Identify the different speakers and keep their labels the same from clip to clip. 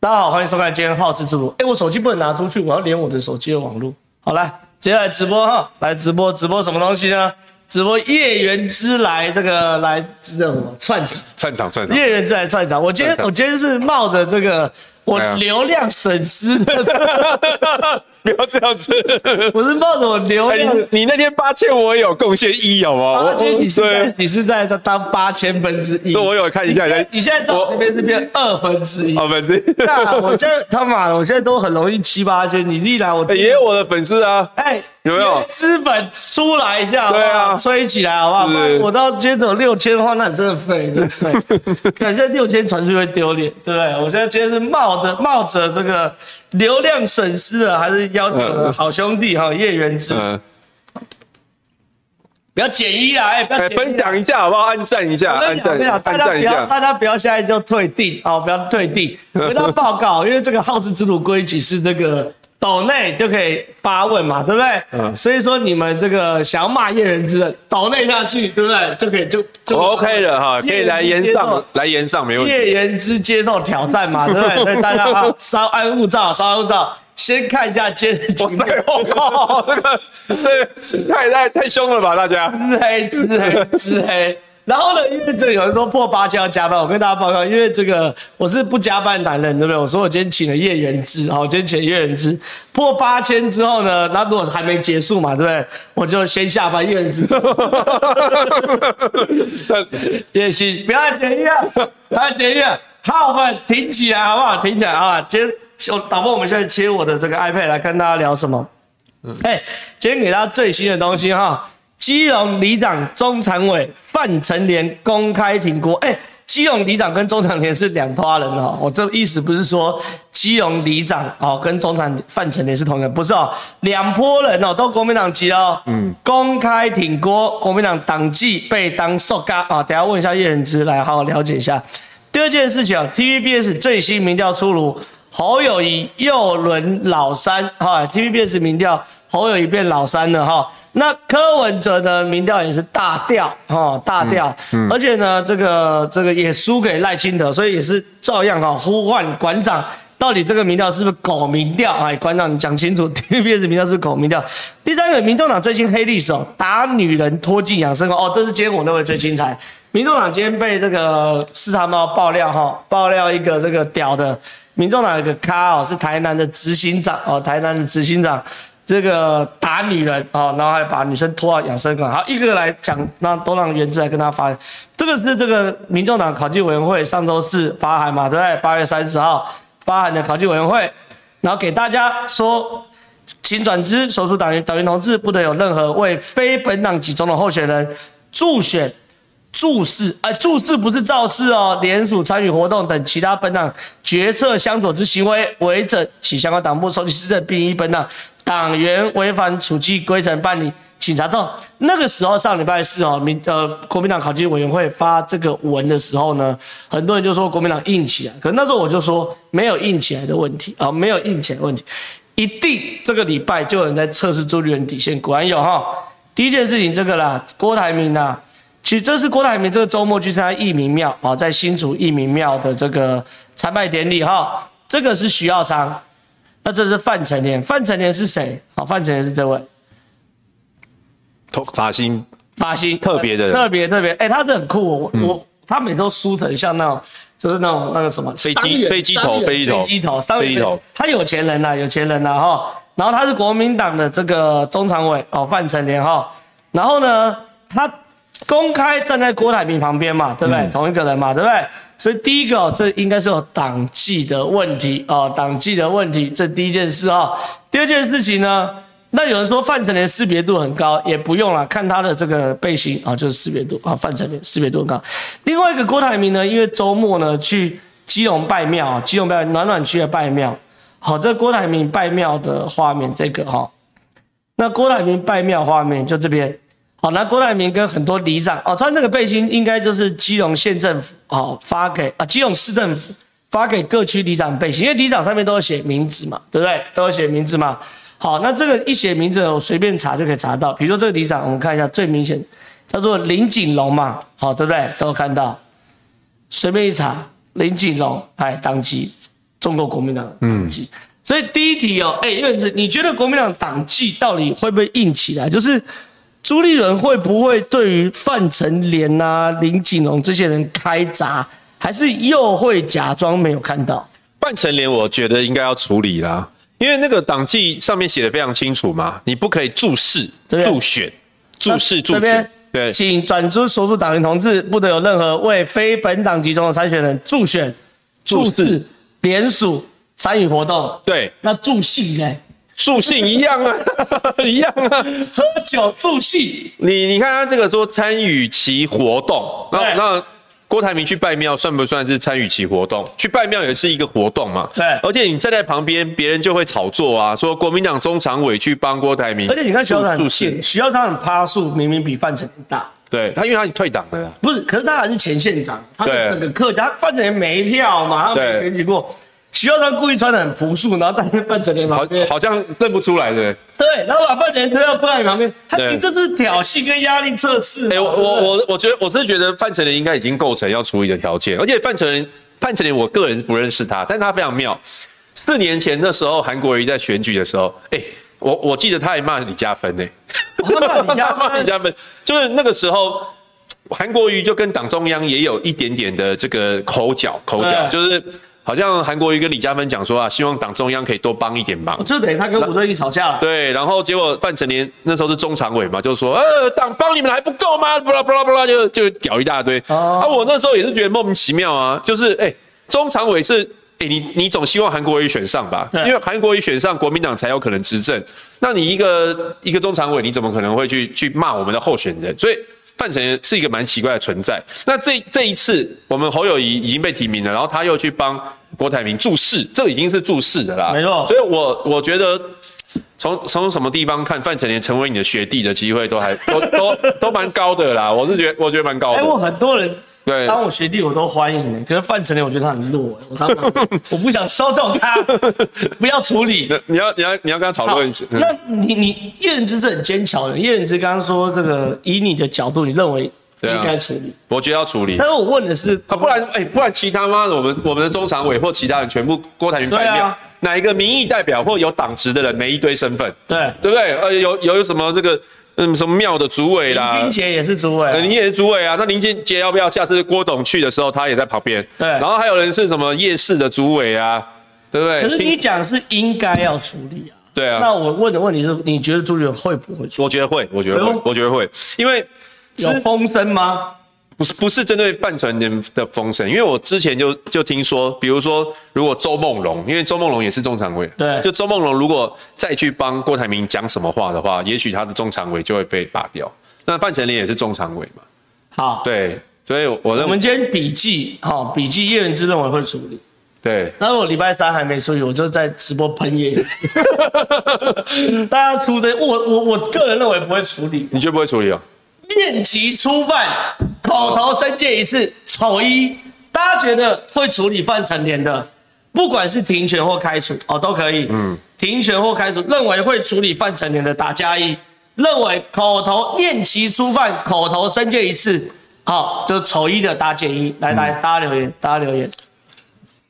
Speaker 1: 大家好，欢迎收看今天好事之路。哎，我手机不能拿出去，我要连我的手机的网络。好，来，接下来直播哈，来直播，直播什么东西呢？直播叶元之来这个来这叫什么串场？
Speaker 2: 串场串场，
Speaker 1: 叶元之来串场。我今天
Speaker 2: 串场
Speaker 1: 我今天是冒着这个我
Speaker 2: 哎呀
Speaker 1: 流量损失的，
Speaker 2: 不要这样子。
Speaker 1: 我是冒着我流
Speaker 2: 哎，
Speaker 1: 量。
Speaker 2: 你你那天八千我也有贡献一，好不好？
Speaker 1: 八千，
Speaker 2: 我
Speaker 1: 啊你是在
Speaker 2: 对，
Speaker 1: 你是在这当八千分之一。
Speaker 2: 对我有哦看一下，
Speaker 1: 你现在在我这边是变二分之一。
Speaker 2: 好粉丝，
Speaker 1: 那 我现在他妈的，我现在都很容易七八千，你历来我
Speaker 2: 哎也有我的粉丝啊，
Speaker 1: 哎，
Speaker 2: 有没有
Speaker 1: 原资本出来一下好不好？
Speaker 2: 对啊
Speaker 1: 吹起来好不好？
Speaker 2: 是
Speaker 1: 不然我到今天只有六千的话，那你真的废，真的 废。可能现在六千传出去会丢脸，对不对？我现在今天是冒着冒着这个流量损失啊了，还是邀请我的好兄弟哈叶元之，
Speaker 2: 嗯，
Speaker 1: 不要减一啊，哎，不要
Speaker 2: 哎，
Speaker 1: 减一啊
Speaker 2: 分享一下好不好？按赞一下，
Speaker 1: 我跟
Speaker 2: 按
Speaker 1: 你讲，我
Speaker 2: 赞
Speaker 1: 跟你讲，，大
Speaker 2: 按
Speaker 1: 家
Speaker 2: 赞
Speaker 1: 不
Speaker 2: 一
Speaker 1: 要，
Speaker 2: 下。
Speaker 1: 大家不要现在就退订 哦，不要退 订。回到报告，因为这个好事之路规矩是这个抖内就可以发问嘛，对不对？
Speaker 2: 嗯
Speaker 1: 所以说你们这个想要骂叶人之的，抖内下去，对不对？就可以就就
Speaker 2: 我 OK 了哈，可以来延上，来延上没问题。
Speaker 1: 叶元之接受挑战嘛，对不 对？所以大家啊，稍安勿躁，稍安勿躁，先看一下今天的节
Speaker 2: 哇
Speaker 1: 目
Speaker 2: 塞，。我靠，这个 对，太太太凶了吧，大 家。
Speaker 1: 自黑，自黑，自黑。然后呢，因为这有人说破八千要加班，我跟大家报告，因为这个我是不加班男人，对不对？我说我今天请了叶元之，好，我今天请了叶元之破八千之后呢，那如果还没结束嘛，对不对？我就先下班，叶元之走。也行，不要检验，不要检验，好，我们挺起来好不好？挺起来啊！今天我导播，我们现在切我的这个 iPad 来看大家聊什么。哎、今天给大家最新的东西哈，基隆里长、中常委范成莲公开停锅。哎、基隆里长跟中常联是两拖人哦，我这意思不是说基隆里长哦跟中常范成莲是同人，不是哦，两波人哦都国民党籍的哦，嗯，公开挺锅，国民党党纪被当受嘎啊，等一下问一下叶仁之来好好了解一下。第二件事情啊，TVBS 最新民调出炉，侯友谊又轮老三哈，TVBS 民调侯友谊变老三了哈。那柯文哲的民调也是大掉哈，大掉，而且呢，这个这个也输给赖清德，所以也是照样哈呼唤馆长。到底这个民调是不是狗民调？哎，馆长，你讲清楚，TVBS 民调是不是狗民调。第三个，民众党最新黑历史哦，打女人脱镜养生哦，哦，这是今天我认为最精彩。民众党今天被这个四叉猫爆料哈、爆料一个这个屌的，民众党有个咖哦，是台南的执行长哦，台南的执行长。这个打女人哦，然后还把女生拖到养生馆，好一个个来讲，让都让原志来跟他发言。这个是这个民众党考纪委员会上周四发函嘛，对不对？八月三十号发函的考纪委员会，然后给大家说请转知所属党员党员同志不得有任何为非本党籍总统候选人助选、注视，呃，注视不是造势哦，联署参与活动等其他本党决策相左之行为，违者其相关党部收集施政，并依本党党员违反处纪规程办理。请查证。那个时候上礼拜四哦，民呃国民党考纪委员会发这个文的时候呢，很多人就说国民党硬起来，可那时候我就说没有硬起来的问题啊、没有硬起来的问题。一定这个礼拜就有人在测试朱立伦底线，果然有哈。第一件事情这个啦，郭台铭啊啦，其实这是郭台铭这个周末去参加义民庙啊，在新竹义民庙的这个参拜典礼哈，这个是徐耀昌，那这是范成年，范成年是谁？好，范成年是这位
Speaker 2: 头 发型
Speaker 1: 发型
Speaker 2: 特别的人嗯
Speaker 1: 特别特别，哎、他这很酷、哦，我、我他每周梳成像那种。就是那种那个什么
Speaker 2: 飞机
Speaker 1: 商员
Speaker 2: 飞机头
Speaker 1: 商员
Speaker 2: 飞机头
Speaker 1: 飞机头，商员
Speaker 2: 飞机头
Speaker 1: 他有钱人呐、有钱人呐、哈。然后他是国民党的这个中常委哦，范成年哈。然后呢，他公开站在郭台铭旁边嘛，对不对？同一个人嘛，对不对？所以第一个、哦，这应该是有党纪的问题哦，党纪的问题，这第一件事哦。第二件事情呢，那有人说范成年识别度很高，也不用了，看他的这个背心啊、哦就是识别度啊、范成年识别度很高。另外一个郭台铭呢，因为周末呢去基隆拜庙啊，基隆拜暖暖区的拜庙，好，这郭台铭拜庙的画面，这个哈、哦，那郭台铭拜庙画面就这边。好，那郭台铭跟很多里长哦，穿这个背心应该就是基隆县政府哦发给啊基隆市政府发给各区里长背心，因为里长上面都有写名字嘛，对不对？都有写名字嘛。好，那这个一写名字，我随便查就可以查到。比如说这个里长，我们看一下最明显，叫做林锦龙嘛，好，对不对？都有看到，随便一查，林锦龙，哎，当机中国国民党的党纪。所以第一题哦，哎、院子，你觉得国民党党纪到底会不会硬起来？就是朱立伦会不会对于范成莲啊、林景龙这些人开闸，还是又会假装没有看到？
Speaker 2: 半成连我觉得应该要处理啦，因为那个党纪上面写的非常清楚嘛，你不可以注释、
Speaker 1: 这边
Speaker 2: 助选、注释、
Speaker 1: 这
Speaker 2: 助
Speaker 1: 边
Speaker 2: 选，对，
Speaker 1: 请转出所属党员同志，不得有任何为非本党籍总统参选人助选、
Speaker 2: 助
Speaker 1: 助
Speaker 2: 事
Speaker 1: 事、联署、参与活动。
Speaker 2: 对，
Speaker 1: 那助兴呢？
Speaker 2: 助信一样啊， 一样啊。
Speaker 1: 喝酒助兴，
Speaker 2: 你你看他这个说参与其活动，那
Speaker 1: 对
Speaker 2: 那郭台铭去拜庙算不算是参与其活动？去拜庙也是一个活动嘛。
Speaker 1: 对
Speaker 2: 而且你站在旁边，别人就会炒作啊，说国民党中常委去帮郭台铭助，
Speaker 1: 而且你看徐校长很
Speaker 2: 助势
Speaker 1: 贱，徐校长很趴树，明明比范丞大，
Speaker 2: 对他，因为他已经退党了啦。
Speaker 1: 不是，可是他还是前县长，他
Speaker 2: 对
Speaker 1: 的整个客家范丞没票嘛，他没
Speaker 2: 对
Speaker 1: 选举过。徐校长故意穿的很朴素，然后站在范丞
Speaker 2: 好
Speaker 1: 旁边，，
Speaker 2: 好像认不出来的。
Speaker 1: 对，然后把范丞推到郭台铭旁边，他其
Speaker 2: 对
Speaker 1: 实这就是挑衅跟压力测试啊嘛。
Speaker 2: 哎、
Speaker 1: 对
Speaker 2: 我
Speaker 1: 不
Speaker 2: 我
Speaker 1: 对
Speaker 2: 我我觉得，我真的觉得范丞丞应该已经构成要处理的条件，而且范丞丞范丞丞，我个人不认识他，但他非常妙。四年前那时候，韩国瑜在选举的时候，哎、我我记得他还骂李嘉 芬呢、
Speaker 1: 哦他骂李嘉
Speaker 2: 他骂李
Speaker 1: 芬，
Speaker 2: 嘉芬，就是那个时候。韩国瑜就跟党中央也有一点点的这个口角，口角
Speaker 1: 对
Speaker 2: 就是好像韩国瑜跟李嘉芬讲说啊，希望党中央可以多帮一点忙。
Speaker 1: 就等于他跟吴敦义吵架了。
Speaker 2: 对，然后结果范成年那时候是中常委嘛，就说呃，党帮你们还不够吗？巴拉巴拉巴拉，就就屌一大堆。
Speaker 1: 哦
Speaker 2: 啊，我那时候也是觉得莫名其妙啊，就是哎，中常委是哎，你你总希望韩国瑜选上吧，
Speaker 1: 对
Speaker 2: 因为韩国瑜选上，国民党才有可能执政。那你一个一个中常委，你怎么可能会去去骂我们的候选人？所以。范成年是一个蛮奇怪的存在。那这这一次，我们侯友谊已经被提名了，然后他又去帮郭台铭注释，这已经是注释的啦。
Speaker 1: 没错
Speaker 2: 所以我我觉得从从什么地方看范丞丞成为你的学弟的机会都还都都都蛮高的啦，我是觉得我觉得蛮高
Speaker 1: 哎、我
Speaker 2: 的。
Speaker 1: 很多人
Speaker 2: 对
Speaker 1: 当我学弟我都欢迎的，可是范丞丞我觉得他很弱，我常常 我不想收动他，不要处理。
Speaker 2: 那你要你要你要跟他讨
Speaker 1: 好
Speaker 2: 论一下，嗯
Speaker 1: 那你你叶仁之是很坚强的，叶仁之刚刚说这个，以你的角度，你认为
Speaker 2: 对啊
Speaker 1: 应该处理，
Speaker 2: 我觉得要处理
Speaker 1: 但。是我问的是，
Speaker 2: 啊，不然哎、不然其他妈的，我们我们的中常委或其他人全部郭台铭
Speaker 1: 对
Speaker 2: 代
Speaker 1: 啊
Speaker 2: 表，哪一个民意代表或有党职的人没一堆身份，
Speaker 1: 对，
Speaker 2: 对不对？呃，有有什么这个嗯什么庙的主委啦，
Speaker 1: 林俊杰也是主委啊、
Speaker 2: 呃，林也是主委啊，那林俊杰要不要下次郭董去的时候，他也在旁边？
Speaker 1: 对
Speaker 2: 然后还有人是什么夜市的主委啊，对不对？
Speaker 1: 可是你
Speaker 2: 听
Speaker 1: 讲是应该要处理啊。
Speaker 2: 对啊，
Speaker 1: 那我问的问题是，你觉得朱立伦会不会处
Speaker 2: 我觉得会，我觉得
Speaker 1: 哎
Speaker 2: 会
Speaker 1: 呦，
Speaker 2: 我觉得会，因为
Speaker 1: 理？有风声吗？
Speaker 2: 不是不是针对范丞丞的风声，因为我之前就就听说，比如说如果周梦龙，因为周梦龙也是中常委，
Speaker 1: 对
Speaker 2: 就周梦龙如果再去帮郭台铭讲什么话的话，也许他的中常委就会被拔掉。那范丞丞也是中常委嘛，
Speaker 1: 好，
Speaker 2: 对，所以我
Speaker 1: 我
Speaker 2: 认为
Speaker 1: 们今天笔记，哈、笔记叶仁之认为会处理。
Speaker 2: 对。
Speaker 1: 那我礼拜三还没出去，我就在直播喷叶 仁之。大家出这，我我我个人认为不会处理。
Speaker 2: 你觉得不会处理哦？
Speaker 1: 练级初犯，口头申诫一次，丑一。大家觉得会处理范成年的，不管是停权或开除哦，都可以。嗯，停权或开除，认为会处理范成年的打加一，认为口头练级初犯，口头申诫一次，好、就是丑一的打减一。来来，大家留言，大家留言。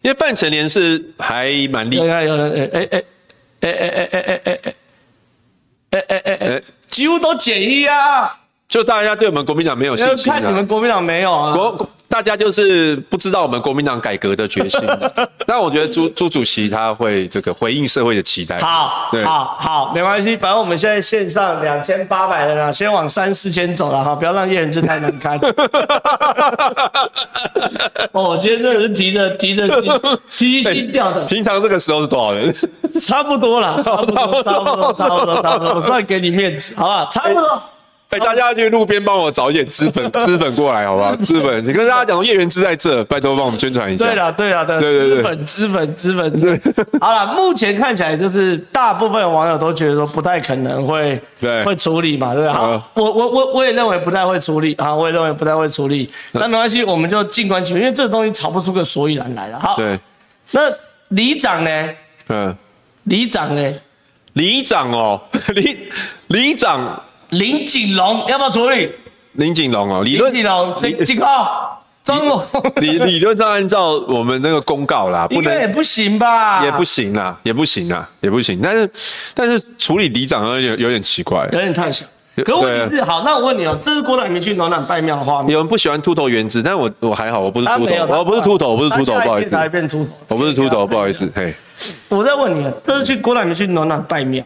Speaker 2: 因为范丞丞是还蛮厉
Speaker 1: 有人有人，哎哎哎哎哎哎哎哎哎哎哎哎哎，几乎都减一啊！
Speaker 2: 就大家对我们国民党没有信
Speaker 1: 要
Speaker 2: 心
Speaker 1: 看你
Speaker 2: 啊。
Speaker 1: 们国民党没有啊？
Speaker 2: 国大家就是不知道我们国民党改革的 决心。但我觉得朱朱主席他会这个回应社会的期待。
Speaker 1: 好，
Speaker 2: 对
Speaker 1: 好，好，没关系，反正我们现在线上两千八百人啊，先往三四千走了哈，不要让叶仁志太难 堪。哦，我今天真的是提着提着 提提
Speaker 2: 哎
Speaker 1: 心吊胆，
Speaker 2: 平常这个时候是多少人？
Speaker 1: 差不多啦，差不多，差不多，差不多，差不多，我算给你面子，好不好？差不多。
Speaker 2: 哎，大家去路边帮我找一点资本， 资本过来好不好？资本，你跟大家讲，叶元之在这，拜托帮我们宣传一下。
Speaker 1: 对了，对了，对啦，
Speaker 2: 对
Speaker 1: 资
Speaker 2: 对对
Speaker 1: 本，资本，资本，资本。好了，目前看起来就是大部分的网友都觉得说不太可能会
Speaker 2: 对嗯
Speaker 1: 会处理嘛，对不对？
Speaker 2: 好
Speaker 1: 好，我我我我也认为不太会处理啊，我也认为不太会处理。
Speaker 2: 嗯
Speaker 1: 但没关系，我们就静观其变，因为这个东西吵不出个所以然来了。好，
Speaker 2: 对，
Speaker 1: 那里长呢？
Speaker 2: 嗯，
Speaker 1: 里长呢？
Speaker 2: 里长哦， 里里长
Speaker 1: 林景龙要不要处理？
Speaker 2: 林景龙哦，理
Speaker 1: 林
Speaker 2: 论
Speaker 1: 景龙，这
Speaker 2: 理
Speaker 1: 这个张龙
Speaker 2: 理理论上按照我们那个公告啦，不
Speaker 1: 应该也
Speaker 2: 能
Speaker 1: 不行吧？
Speaker 2: 也不行啦，也不行啦，也不行。但是但是处理里长有点有点奇怪，
Speaker 1: 有点太小。
Speaker 2: 有啊
Speaker 1: 可问题是，好，那我问你哦，这是郭台铭去暖暖拜庙的画面，
Speaker 2: 有人不喜欢秃头原子，但我我还好，我不是
Speaker 1: 他
Speaker 2: 秃
Speaker 1: 啊没有，
Speaker 2: 头，我哦不是秃头，我不是秃头，
Speaker 1: 他下一
Speaker 2: 不好
Speaker 1: 届
Speaker 2: 意
Speaker 1: 才
Speaker 2: 思，
Speaker 1: 变秃头，
Speaker 2: 我不是
Speaker 1: 啊
Speaker 2: 秃头，不好意思，嘿，
Speaker 1: 我在问你哦，这是去郭台铭去暖暖拜庙，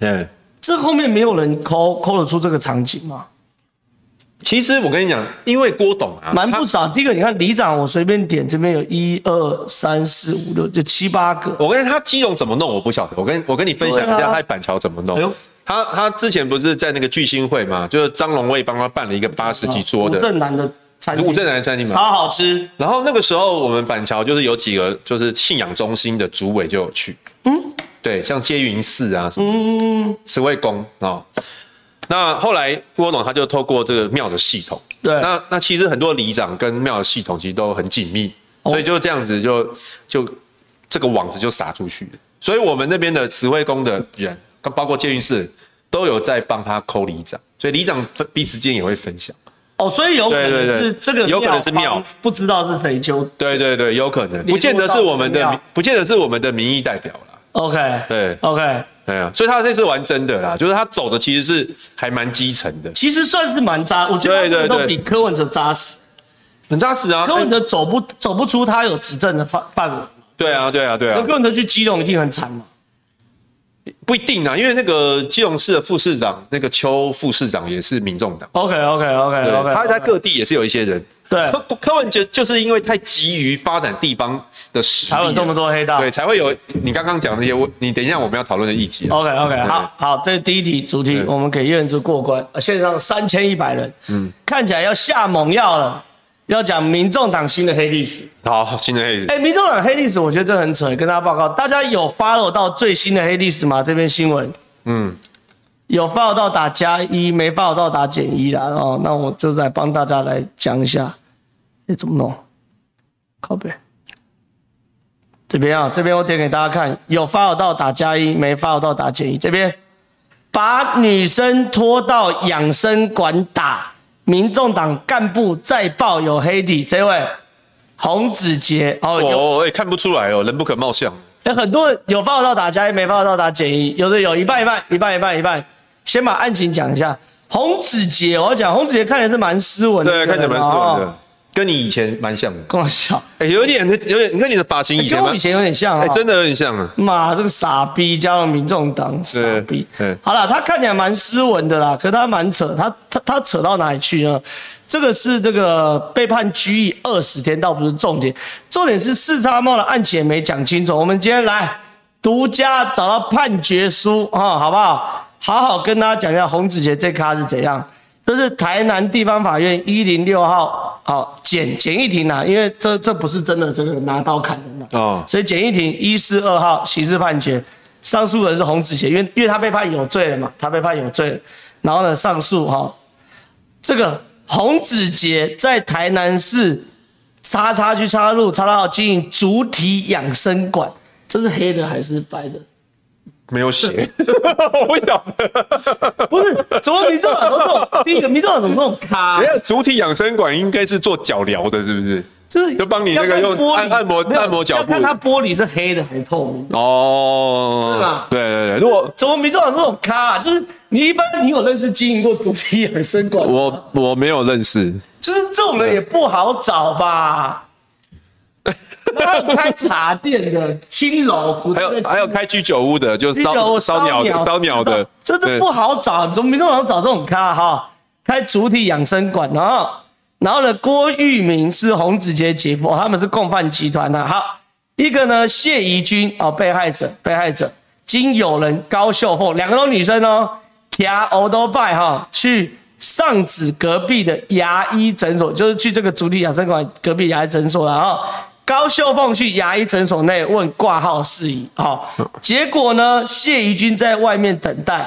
Speaker 2: 嗯。
Speaker 1: 这后面没有人抠抠得出这个场景吗？
Speaker 2: 其实我跟你讲，因为郭董啊，
Speaker 1: 蛮
Speaker 2: 他
Speaker 1: 不少。第一个，你看里长，我随便点，这边有一二三四五六，就七八个。
Speaker 2: 我跟他基隆怎么弄我不晓得，我跟我跟你分享一
Speaker 1: 对
Speaker 2: 下
Speaker 1: 啊
Speaker 2: 他在板桥怎么弄。
Speaker 1: 哎呦
Speaker 2: 他他之前不是在那个聚星会嘛，就是张荣卫帮他办了一个八十几桌
Speaker 1: 吴
Speaker 2: 的
Speaker 1: 正南的餐厅，
Speaker 2: 吴正南餐厅
Speaker 1: 超
Speaker 2: 嘛。
Speaker 1: 好吃。
Speaker 2: 然后那个时候我们板桥就是有几个就是信仰中心的主委就有去，嗯，对，像接云寺啊什么，嗯，慈惠宫哦。那后来郭董他就透过这个庙的系统，
Speaker 1: 对
Speaker 2: 那那其实很多里长跟庙的系统其实都很紧密，
Speaker 1: 哦
Speaker 2: 所以就这样子就就这个网子就撒出去了。所以我们那边的慈惠宫的人，包括监狱室都有在帮他抠里长，所以里长分彼此间也会分享。
Speaker 1: 哦，所以有可
Speaker 2: 对对
Speaker 1: 能
Speaker 2: 对
Speaker 1: 是这个，
Speaker 2: 有可能是庙，
Speaker 1: 不知道是谁揪。
Speaker 2: 对对对，有可能，
Speaker 1: 联络
Speaker 2: 不见得是我
Speaker 1: 到
Speaker 2: 们
Speaker 1: 寺
Speaker 2: 的
Speaker 1: 庙，
Speaker 2: 不见得是我们的民意代表啦。
Speaker 1: OK，
Speaker 2: 对
Speaker 1: ，OK，
Speaker 2: 对啊，所以他这次玩真的啦，就是他走的其实是还蛮基层的，
Speaker 1: 其实算是蛮扎，我觉得
Speaker 2: 对对
Speaker 1: 他都
Speaker 2: 对
Speaker 1: 比柯文哲扎实。
Speaker 2: 很扎实啊。
Speaker 1: 柯文
Speaker 2: 哎
Speaker 1: 哲走不走不出他有执政的范范围，
Speaker 2: 对啊，对啊，对
Speaker 1: 那
Speaker 2: 啊
Speaker 1: 柯，文哲去基隆一定很惨嘛。
Speaker 2: 不一定啊，因为那个基隆市的副市长，那个邱副市长也是民众党。对
Speaker 1: OK，OK，OK，OK，
Speaker 2: 他在各地啊也是有一些人。
Speaker 1: 对
Speaker 2: 柯柯文哲就是因为太急于发展地方的实力啊，
Speaker 1: 才有这么多黑道。
Speaker 2: 对，才会有你刚刚讲的那些问。你等一下我们要讨论的议题啊。
Speaker 1: OK OK，
Speaker 2: 对
Speaker 1: 好好，这是第一题主题，
Speaker 2: 对
Speaker 1: 我们给叶人之过关，呃线上三千一百人，嗯，看起来要下猛药了，要讲民众党新的黑历史。
Speaker 2: 好，新的黑子
Speaker 1: 哎、民众党黑历史，我觉得这很扯，跟大家报告，大家有 follow 到最新的黑历史吗？这篇新闻
Speaker 2: 嗯，
Speaker 1: 有 follow 到打加一，没 follow 到打减一啦。哦，那我就来帮大家来讲一下，哎，怎么弄？靠背。这边啊，这边我点给大家看，有 follow 到打加一，没 follow 到打减一。这边把女生拖到养生馆打，民众党干部再爆有黑底，这位洪子杰哦，有
Speaker 2: 哦，哎，看不出来哦，人不可貌相。
Speaker 1: 有哎很多人有报道打加一，没报道打减一，有的有一半一半，一半一半一半。先把案情讲一下。洪子杰，我要讲洪子杰看起来是蛮斯文的
Speaker 2: 对，
Speaker 1: 人哦，
Speaker 2: 看起来蛮斯文的，跟你以前蛮像的。
Speaker 1: 跟我笑，
Speaker 2: 哎，有点，有点，你看你的发型以前
Speaker 1: 跟我
Speaker 2: 蛮
Speaker 1: 以，前有点像啊、
Speaker 2: 哎，真的有点像啊。
Speaker 1: 妈，这个傻逼加入民众党，傻逼
Speaker 2: 对。
Speaker 1: 好了，他看起来蛮斯文的啦，可他蛮扯，他他他扯到哪里去呢？这个是这个被判拘役二十天，倒不是重点，重点是四叉猫的案情也没讲清楚。我们今天来独家找到判决书啊、哦好不好？好好跟大家讲一下洪子杰这咖是怎样。这是台南地方法院一零六号，好、简简易庭啊，因为这这不是真的这个拿刀砍人啊的、
Speaker 2: 哦，
Speaker 1: 所以简易庭一四二号刑事判决，上诉人是洪子杰，因为因为他被判有罪了嘛，他被判有罪了，然后呢上诉哈、这个洪子杰在台南市叉叉区叉叉路叉叉号经营主体养生馆，这是黑的还是白的？
Speaker 2: 没有写， 我不晓得。
Speaker 1: 不是，怎么民众党怎么弄？第一个民众党怎么弄咖
Speaker 2: 等一？下， 主体养生馆应该是做脚疗的，是不是？
Speaker 1: 就是
Speaker 2: 就帮你
Speaker 1: 要
Speaker 2: 那个
Speaker 1: 看
Speaker 2: 用
Speaker 1: 玻璃
Speaker 2: 按按摩
Speaker 1: 没有
Speaker 2: 按摩脚
Speaker 1: 要看
Speaker 2: 部
Speaker 1: 它玻璃是黑的还是透明的。
Speaker 2: 哦，
Speaker 1: 是吧
Speaker 2: 对对对，如果
Speaker 1: 怎么民众党这种咖、啊？就是你一般你有认识经营过主题养生馆吗，
Speaker 2: 我我没有认识，
Speaker 1: 就是这种人也不好找吧？ 那有开茶店的青楼，古
Speaker 2: 还
Speaker 1: 代的
Speaker 2: 有
Speaker 1: 青
Speaker 2: 还有开居酒屋的，就
Speaker 1: 青楼
Speaker 2: 烧烧鸟的烧鸟的，
Speaker 1: 就
Speaker 2: 对
Speaker 1: 是不好找。怎么民众党找这种咖哈、开主体养生馆，然后然后呢，郭玉明是洪子杰姐夫，哦他们是共犯集团的、好，一个呢谢怡君哦，被害者，被害者经友人高秀凤，两个都女生哦，牙欧都拜哈去上址隔壁的牙医诊所，就是去这个主体养生馆隔壁牙医诊所然后高秀凤去牙医诊所内问挂号事宜，好、结果呢，谢怡君在外面等待，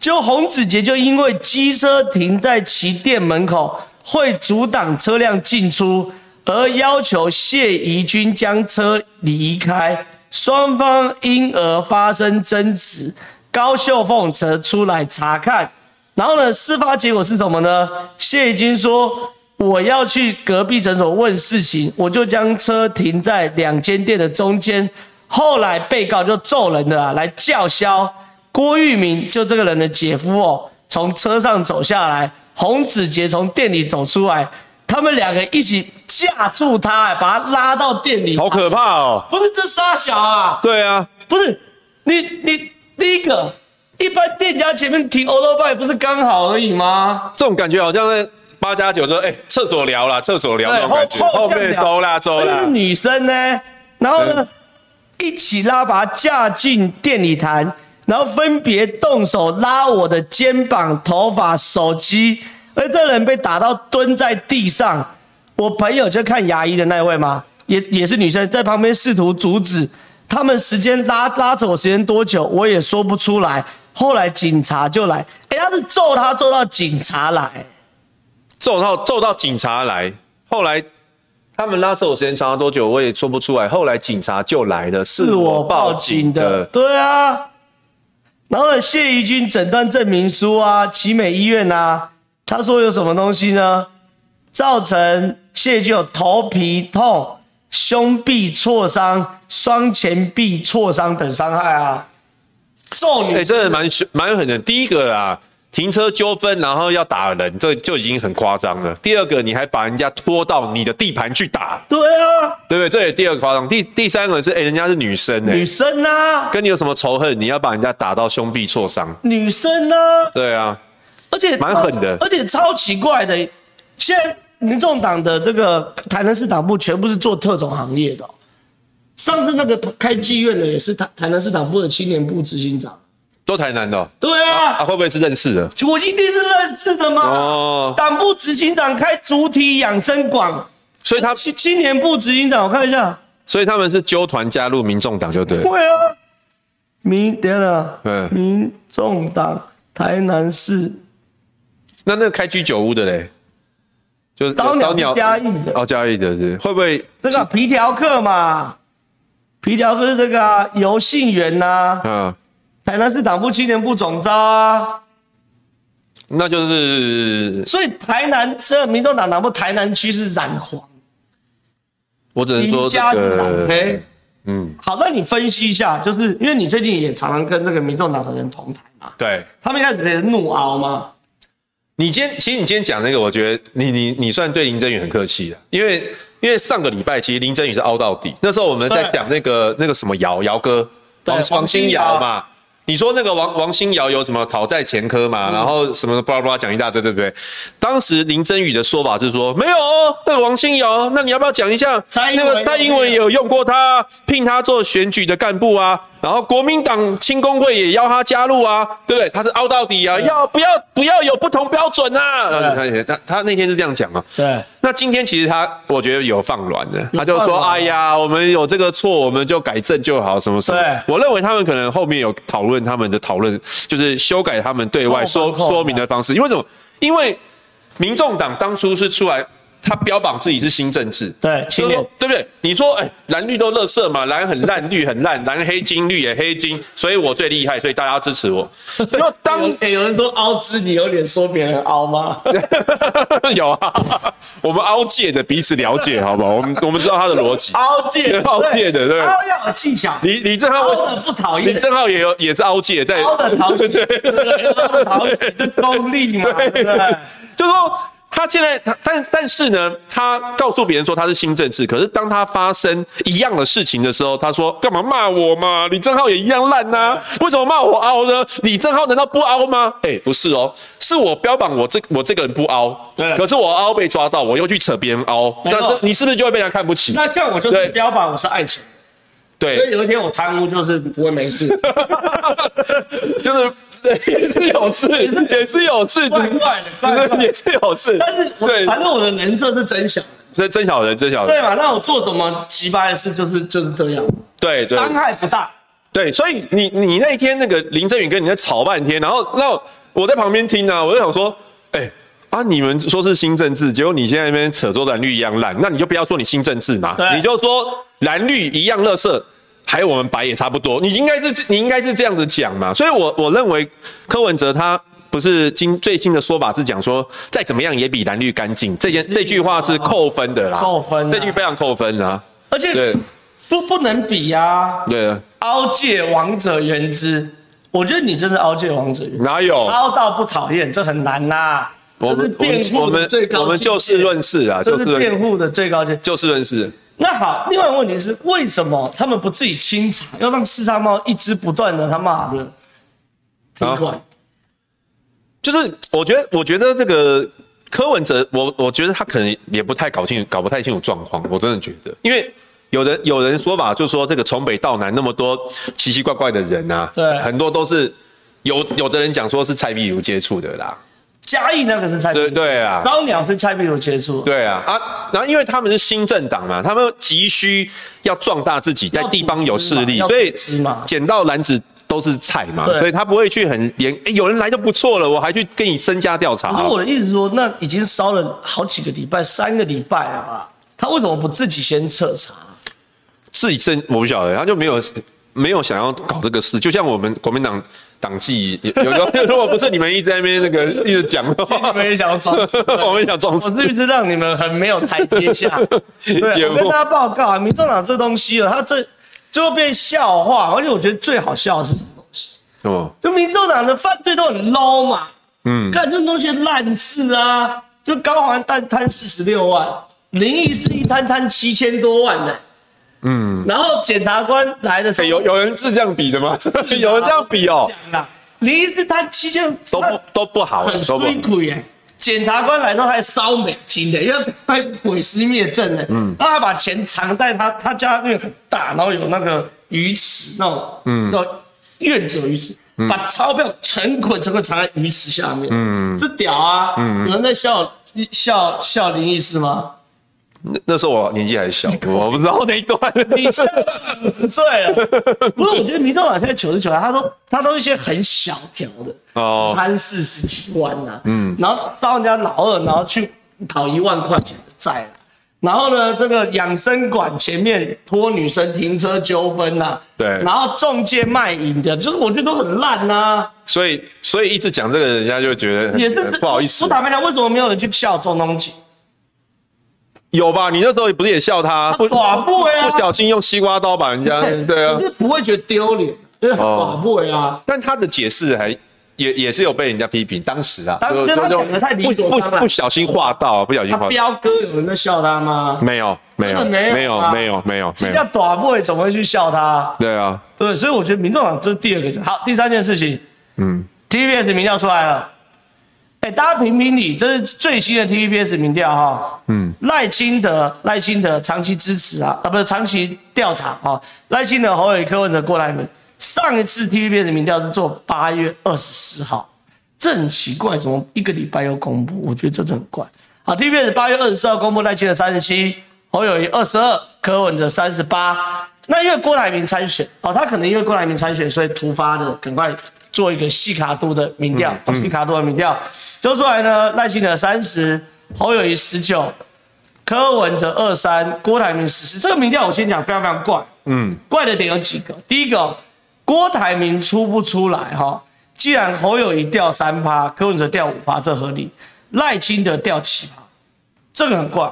Speaker 1: 就洪子杰就因为机车停在其店门口，会阻挡车辆进出，而要求谢怡君将车离开，双方因而发生争执。高秀凤则出来查看，然后呢，事发结果是什么呢？谢怡君说：“我要去隔壁诊所问事情，我就将车停在两间店的中间。后来被告就揍人的啊，来叫嚣郭玉明就这个人的姐夫哦，从车上走下来，洪子杰从店里走出来，他们两个一起架住他，把他拉到店里。
Speaker 2: 好可怕哦！
Speaker 1: 不是这傻小啊，
Speaker 2: 对啊，
Speaker 1: 不是你你第一个，一般店家前面停欧罗拜不是刚好而已吗？
Speaker 2: 这种感觉好像在八加九说，哎、厕所聊啦，厕所聊那
Speaker 1: 对，
Speaker 2: 种感觉，后
Speaker 1: 哎面
Speaker 2: 面走啦走啦嗯
Speaker 1: 是，女生呢，然后呢，一起拉把她架进店里谈，然后分别动手拉我的肩膀、头发、手机，而这人被打到蹲在地上。我朋友就看牙医的那位嘛，也也是女生，在旁边试图阻止。他们时间拉拉扯我时间多久，我也说不出来。后来警察就来，哎、他是揍他揍到警察来，
Speaker 2: 揍到揍到警察来，后来。他们拉扯我时间长了多久，我也说不出来。后来警察就来了，
Speaker 1: 是我报警的，对啊。然后呢，谢怡君诊断证明书啊，奇美医院啊，他说有什么东西呢？造成谢就有头皮痛、胸壁挫伤、双前臂挫伤等伤害啊。揍
Speaker 2: 哎、
Speaker 1: 你，
Speaker 2: 真的蛮凶蛮狠的。第一个啦，停车纠纷，然后要打人，这就已经很夸张了。第二个，你还把人家拖到你的地盘去打，
Speaker 1: 对啊，
Speaker 2: 对不对？这也第二个夸张。第第三个是，哎、人家是女生哎、
Speaker 1: 女生啊，
Speaker 2: 跟你有什么仇恨？你要把人家打到胸壁挫伤？
Speaker 1: 女生啊，
Speaker 2: 对啊，
Speaker 1: 而且
Speaker 2: 蛮狠的
Speaker 1: 而且超奇怪的。现在民众党的这个台南市党部全部是做特种行业的哦、上次那个开妓院的也是台台南市党部的青年部执行长。
Speaker 2: 都台南的哦、
Speaker 1: 对
Speaker 2: 啊，
Speaker 1: 啊，
Speaker 2: 会不会是认识的？
Speaker 1: 我一定是认识的嘛。
Speaker 2: 哦，
Speaker 1: 党部执行长开主体养生馆，
Speaker 2: 所以他
Speaker 1: 青青年部执行长，我看一下。
Speaker 2: 所以他们是纠团加入民众党就对了。
Speaker 1: 会啊，民等一下，
Speaker 2: 嗯
Speaker 1: 民众党台南市
Speaker 2: 那那个开居酒屋的嘞，就是
Speaker 1: 刀鸟是嘉义的
Speaker 2: 哦，嘉义的是会不会
Speaker 1: 这个皮条客嘛，皮条客是这个啊游信员呐、
Speaker 2: 啊？
Speaker 1: 台南市党部青年部总召啊，
Speaker 2: 那就是
Speaker 1: 所以台南这民众党党部台南区是染黄，
Speaker 2: 我只能
Speaker 1: 林
Speaker 2: 说这
Speaker 1: 家是染
Speaker 2: 个
Speaker 1: 黑。。
Speaker 2: 嗯，
Speaker 1: 好，那你分析一下，就是因为你最近也常常跟这个民众党的人同台嘛，
Speaker 2: 对。
Speaker 1: 他们一开始也怒熬嘛，
Speaker 2: 你今天其实你今天讲那个，我觉得你你你算对林真宇很客气的，因为因为上个礼拜其实林真宇是凹到底，那时候我们在
Speaker 1: 对
Speaker 2: 讲那个那个什么姚姚哥
Speaker 1: 对
Speaker 2: 王
Speaker 1: 王
Speaker 2: 王
Speaker 1: 心
Speaker 2: 新
Speaker 1: 尧
Speaker 2: 尧嘛，你说那个王王新尧有什么讨债前科嘛，然后什么巴拉巴拉讲一大堆，对不对？当时林真宇的说法是说没有哦，那个王新尧，那你要不要讲一下
Speaker 1: 蔡英
Speaker 2: 那
Speaker 1: 文
Speaker 2: 个蔡英文也有用过他，聘他做选举的干部啊，然后国民党亲工会也邀他加入啊，对不对？他是凹到底啊，要不要不要有不同标准啊？然后他他他那天是这样讲啊，
Speaker 1: 对，
Speaker 2: 那今天其实他，我觉得有放软的，他就
Speaker 1: 放
Speaker 2: 说：“
Speaker 1: 软
Speaker 2: 哎呀，我们有这个错，我们就改正就好，什么什么。
Speaker 1: 对”
Speaker 2: 我认为他们可能后面有讨论他们的讨论，就是修改他们对外
Speaker 1: 后方
Speaker 2: 说
Speaker 1: 后方
Speaker 2: 说明的方式。因为什么？因为民众党当初是出来，他标榜自己是新政治，
Speaker 1: 对青年
Speaker 2: 就是说对不对？你说，哎，蓝绿都垃圾嘛，蓝很烂，绿很烂，蓝黑金，绿也黑金，所以我最厉害，所以大家支持我。结果当
Speaker 1: 有欸有人说凹之，你有脸说别人凹 吗？
Speaker 2: 有啊，我们凹界的彼此了解，好不好？我们我们知道他的逻辑。
Speaker 1: 凹界，
Speaker 2: 凹界的对
Speaker 1: 凹要有技巧，
Speaker 2: 李李正浩，
Speaker 1: 凹的不讨
Speaker 2: 李
Speaker 1: 厌，
Speaker 2: 正浩也有也是凹界，在
Speaker 1: 凹的讨喜，
Speaker 2: 对
Speaker 1: 对不对凹的哎讨喜，这功力 嘛，啊对不对？
Speaker 2: 就说他现在他但但是呢，他告诉别人说他是新政治，可是当他发生一样的事情的时候，他说干嘛骂我嘛？李正浩也一样烂呐、为什么骂我凹呢？李正浩难道不凹吗？哎、不是哦，是我标榜我这我这个人不凹，
Speaker 1: 对
Speaker 2: 可是我凹被抓到，我又去扯别人凹，
Speaker 1: 没
Speaker 2: 那
Speaker 1: 错
Speaker 2: 这你是不是就会被人家看不起？
Speaker 1: 那像我就是
Speaker 2: 对
Speaker 1: 标榜我是爱情，
Speaker 2: 对
Speaker 1: 所，以有一天我贪污就是不会没事，
Speaker 2: 就是对，也是有事，也是有事，
Speaker 1: 怪怪的怪怪的
Speaker 2: 也是有事。
Speaker 1: 但是我
Speaker 2: 对，
Speaker 1: 反正我的人设是真小，
Speaker 2: 这真小人，真小人，
Speaker 1: 对嘛？那我做什么奇葩的事就是就是这样，
Speaker 2: 对对
Speaker 1: 伤害不大。
Speaker 2: 对，所以你你那一天那个林振宇跟你在吵半天，然后那我在旁边听啊，我就想说，哎、啊！你们说是新政治，结果你现在那边扯说蓝绿一样烂，那你就不要说你新政治嘛
Speaker 1: 对，
Speaker 2: 你就说蓝绿一样垃圾，还有我们白也差不多。你应该是你应该是这样子讲嘛。所以我我认为柯文哲他不是今最新的说法是讲说，再怎么样也比蓝绿干净，这件这句话是扣分的啦，
Speaker 1: 啊扣分啊
Speaker 2: 这句非常扣分啊，
Speaker 1: 而且
Speaker 2: 对
Speaker 1: 不不能比呀、啊。
Speaker 2: 对，
Speaker 1: 凹界王者原之，我觉得你真是凹界王者原之，
Speaker 2: 哪有？
Speaker 1: 凹到不讨厌，这很难呐、
Speaker 2: 哦我
Speaker 1: 这是
Speaker 2: 们我
Speaker 1: 辩
Speaker 2: 们
Speaker 1: 护
Speaker 2: 我
Speaker 1: 的
Speaker 2: 们
Speaker 1: 最高
Speaker 2: 我们
Speaker 1: 境
Speaker 2: 就
Speaker 1: 界
Speaker 2: 事论事啊，就
Speaker 1: 这
Speaker 2: 事
Speaker 1: 是
Speaker 2: 论
Speaker 1: 辩护的最高阶。
Speaker 2: 就事论事，
Speaker 1: 那好，另外一个问题是，为什么他们不自己清场，要让四叉猫一直不断的他妈的踢
Speaker 2: 啊
Speaker 1: 馆？
Speaker 2: 就是我觉得，我觉得这个柯文哲，我我觉得他可能也不太搞清，搞不太清楚状况。我真的觉得，因为有人有人说法，就说这个从北到南那么多奇奇怪怪的人啊，
Speaker 1: 对
Speaker 2: 很多都是有有的人讲说是蔡壁如接触的啦，
Speaker 1: 嘉义那个是蔡壁
Speaker 2: 对
Speaker 1: 如，
Speaker 2: 对啊，
Speaker 1: 高鸟是蔡壁如接触，
Speaker 2: 对啊啊，然后因为他们是新政党嘛，他们急需要壮大自己，在地方有势力，
Speaker 1: 要
Speaker 2: 所以
Speaker 1: 组织嘛
Speaker 2: 捡到篮子都是菜嘛，
Speaker 1: 对
Speaker 2: 所以他不会去很严，诶有人来就不错了，我还去跟你身家调查哦
Speaker 1: 可
Speaker 2: 好
Speaker 1: 是
Speaker 2: 了。
Speaker 1: 我的意思说，那已经烧了好几个礼拜，三个礼拜了吧？他为什么不自己先彻 查？
Speaker 2: 自己真我不晓得，他就没有没有想要搞这个事，就像我们国民党党纪，有有时候如果不是你们一直在那边那个 一直讲的话，
Speaker 1: 们也想要装死
Speaker 2: 我们想装
Speaker 1: 我
Speaker 2: 死
Speaker 1: 是。不是让你们很没有台阶 下？对，
Speaker 2: 也
Speaker 1: 我
Speaker 2: 不
Speaker 1: 跟大家报告啊，民众党这东西啊，他这最后变笑话，而且我觉得最好笑的是什么？
Speaker 2: 哦，
Speaker 1: 就民众党的犯罪都很 low 嘛，嗯，干这种东西烂事啊，就高环蛋贪四十六万，林义是一贪贪七千多万呢、嗯，然后检察官来的时
Speaker 2: 哎
Speaker 1: 候，
Speaker 2: 有有人是这样比的吗？
Speaker 1: 啊
Speaker 2: 有人这样比哦，
Speaker 1: 讲啦，林义是贪七千，
Speaker 2: 都不都不好，
Speaker 1: 很
Speaker 2: 都不好
Speaker 1: 衰鬼耶。检察官来到还烧美金的，因为他毁尸灭证呢。嗯，他还把钱藏在他他家那个很大，然后有那个鱼池那种，嗯，叫院子有鱼池，把钞票成捆成捆藏在鱼池下面。嗯，这屌啊！有人在笑笑笑林医师吗？
Speaker 2: 那那时候我年纪还小，我不知道那一段。
Speaker 1: 你现在五十岁了，不是？我觉得民众党现在九十九，他都他都一些很小条的，
Speaker 2: 哦
Speaker 1: 贪四十几万呐、嗯，然后烧人家老二，然后去讨一万块钱的债啦然后呢，这个养生馆前面拖女生停车纠纷呐、
Speaker 2: 对
Speaker 1: 然后中介卖淫的，就是我觉得都很烂呐、
Speaker 2: 所以所以一直讲这个，人家就觉得很呃
Speaker 1: 也是
Speaker 2: 不好意思
Speaker 1: 我。坦白讲，为什么没有人去笑中东锦？
Speaker 2: 有吧？你那时候也不是也笑他，不
Speaker 1: 寡不为啊
Speaker 2: 不小心用西瓜刀把人家对啊
Speaker 1: 你，就不会觉得丢脸，因为很
Speaker 2: 哦
Speaker 1: 寡味啊。
Speaker 2: 但他的解释还也也是有被人家批评，当时啊，
Speaker 1: 当
Speaker 2: 就
Speaker 1: 因为他
Speaker 2: 就
Speaker 1: 讲得太理
Speaker 2: 不
Speaker 1: 所
Speaker 2: 不
Speaker 1: 当然
Speaker 2: 不小心画到，不小心
Speaker 1: 他
Speaker 2: 画到，
Speaker 1: 彪哥有人在笑他吗？
Speaker 2: 没有没有
Speaker 1: 真的没
Speaker 2: 没
Speaker 1: 有
Speaker 2: 有
Speaker 1: 啊
Speaker 2: 没有没有没
Speaker 1: 人家
Speaker 2: 有，
Speaker 1: 短不会怎么会去笑他？
Speaker 2: 对啊，
Speaker 1: 对，所以我觉得民众党这是第二个。好，第三件事情，嗯，TVBS 民调出来了，哎，大家评评理，这是最新的 TVBS 民调哈，嗯，赖清德，赖清德长期支持啊，啊，不是长期调查啊、哦，赖清德、侯友宜、柯文哲、郭台铭，上一次 TVBS 民调是做八月二十四号，这很奇怪，怎么一个礼拜又公布？我觉得这真的很怪。啊好，TBS 八月二十四号公布赖清德三十七，侯友谊二十二，柯文哲三十八。那因为郭台铭参选，哦，他可能因为郭台铭参选，所以突发的赶快做一个细卡度的民调，哦细、卡度的民调，就出来呢，赖清德三十，侯友谊十九，柯文哲二三，郭台铭十四。这个民调我先讲非常非常怪，嗯，怪的点有几个。第一个哦，郭台铭出不出来哈、既然侯友谊掉三趴，柯文哲掉五趴，这合理。赖清德掉七趴，这个很怪。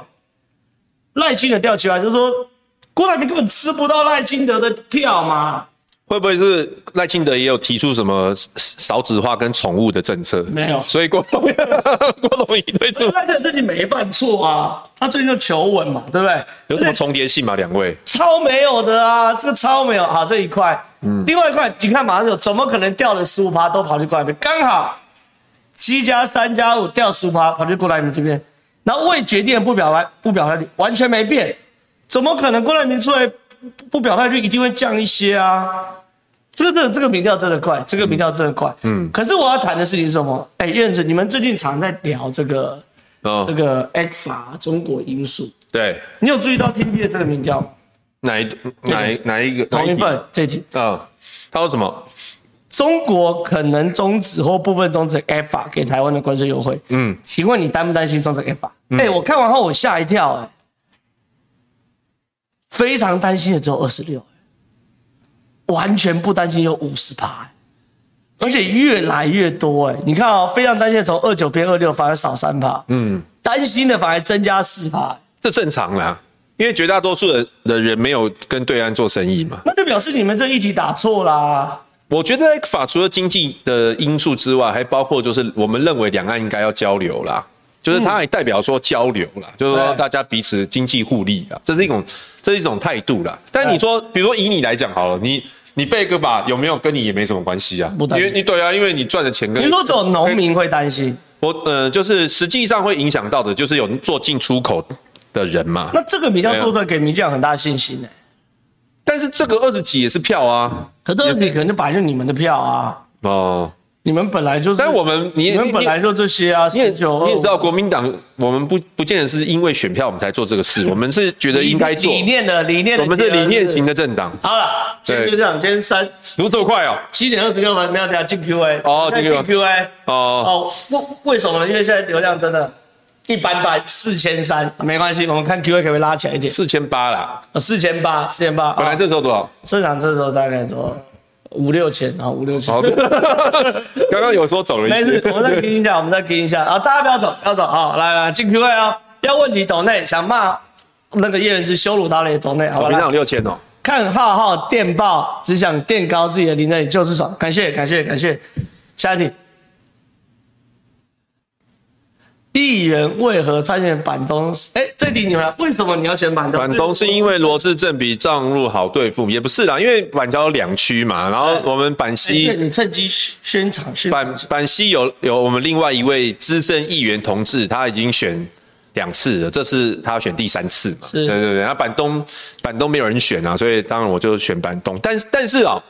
Speaker 1: 赖清德掉七趴，就是说郭台铭根本吃不到赖清德的票嘛？
Speaker 2: 会不会是赖清德也有提出什么少子化跟宠物的政策？
Speaker 1: 没有
Speaker 2: 所以郭董 郭董一对这
Speaker 1: 赖清德最近没犯错啊，他最近就求稳嘛，对不对？
Speaker 2: 有什么重叠性吗？两位
Speaker 1: 超没有的啊，这个超没有。好，这一块，另外一块，你看马上有，怎么可能掉了十五趴都跑去过来边？刚好七加三加五掉十五趴跑去过来民这边，然后未决定不表态不表态率完全没变，怎么可能郭台铭出来不不表态率一定会降一些啊？这个这个这个民调真的快，这个民调真的快。嗯，可是我要谈的事情是什么？哎，燕子，你们最近常在聊这个这
Speaker 2: 哦，
Speaker 1: 个 X 法中国因素，
Speaker 2: 对，
Speaker 1: 你有注意到 T V 的这个民调吗？
Speaker 2: 哪一哪一哪一个
Speaker 1: 同一
Speaker 2: 哪
Speaker 1: 份这一题，
Speaker 2: 题啊？他说什么？
Speaker 1: 中国可能终止或部分终止 EFA 给台湾的关税优惠。嗯，请问你担不担心终止 EFA？哎、我
Speaker 2: 嗯
Speaker 1: 看完后我吓一跳、哎，非常担心的只有二十六，完全不担心有五十趴。哎而且越来越多哎、你看哦，非常担心的从二九变二六，反而少三趴，
Speaker 2: 嗯，
Speaker 1: 担心的反而增加四趴，哎
Speaker 2: 这正常啦，因为绝大多数的的人没有跟对岸做生意嘛。
Speaker 1: 那就表示你们这一题打错啦。
Speaker 2: 我觉得法除了经济的因素之外，还包括就是我们认为两岸应该要交流啦，就是它也代表说交流啦，就是说
Speaker 1: 嗯对
Speaker 2: 大家彼此经济互利啦，这是一种这是一种态度啦。但你说，比如说以你来讲好了，你你背个法有没有跟你也没什么关系啊？
Speaker 1: 不担
Speaker 2: 因
Speaker 1: 心
Speaker 2: 为你对啊，因为你赚的钱跟
Speaker 1: 你说只有农民会担心，
Speaker 2: 我呃，就是实际上会影响到的，就是有做进出口的人嘛。
Speaker 1: 那这个民调
Speaker 2: 啊
Speaker 1: 做出来给民进党很大信心哎、
Speaker 2: 但是这个二十几也是票啊，
Speaker 1: 可这个你可能就摆就你们的票啊，
Speaker 2: 哦，
Speaker 1: 你
Speaker 2: 你
Speaker 1: 们本来就是，
Speaker 2: 但我们你
Speaker 1: 你们本来就这些啊，
Speaker 2: 你也
Speaker 1: 十九
Speaker 2: 你也知道，国民党我们不不见得是因为选票我们才做这个 事，我们是觉得应该做，
Speaker 1: 理念的理念的，
Speaker 2: 我们是理念型。的政党。
Speaker 1: 好了，今天就这样，今天三
Speaker 2: 读这么快哦？
Speaker 1: 七点二十六分，没有等下进 Q A
Speaker 2: 哦
Speaker 1: 现在
Speaker 2: 进
Speaker 1: 进 Q A
Speaker 2: 哦，
Speaker 1: 哦，为为什么呢？因为现在流量真的。一般般，四千三没关系，我们看 Q A 可不可以拉起来一点，哦
Speaker 2: 四千八啦，
Speaker 1: 四千八，四千八。
Speaker 2: 本来
Speaker 1: 啊
Speaker 2: 这时候多少？
Speaker 1: 正常这时候大概多少五六千啊，五六千。
Speaker 2: 好，哦刚刚有说走了
Speaker 1: 没
Speaker 2: 一
Speaker 1: 事，我们再
Speaker 2: 些。
Speaker 1: 听一下，我们再听一下啊！大家不要走，不要走啊！好来来进 Q A 啊！要问题抖内，想骂那个叶元之羞辱他的也抖内，好
Speaker 2: 我
Speaker 1: 吧？
Speaker 2: 平
Speaker 1: 来
Speaker 2: 常六千哦，
Speaker 1: 看浩浩电报，只想垫高自己的林内就是爽，感谢感谢感谢。下一题，议员为何参选板东？哎，这题你们为什么你要选板东？哎
Speaker 2: 板东是因为罗志正比藏路好对付，也不是啦，因为板桥有两区嘛，然后我们板
Speaker 1: 哎对
Speaker 2: 西。
Speaker 1: 你趁机宣传宣传
Speaker 2: 板板西有有我们另外一位资深议员同志，他已经选两次了，这是他选第三次嘛？
Speaker 1: 是
Speaker 2: 对对对。那板东板东没有人选啊，所以当然我就选板东。但是但是啊、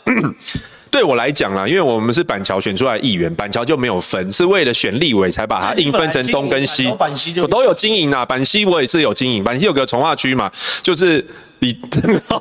Speaker 2: 对我来讲啊啦，因为我们是板桥选出来的议员，板桥就没有分，是为了选立委才把它硬分成东跟西。
Speaker 1: 板西就
Speaker 2: 我都有经营啊啦，板西我也是有经营，板西有个从化区嘛，就是你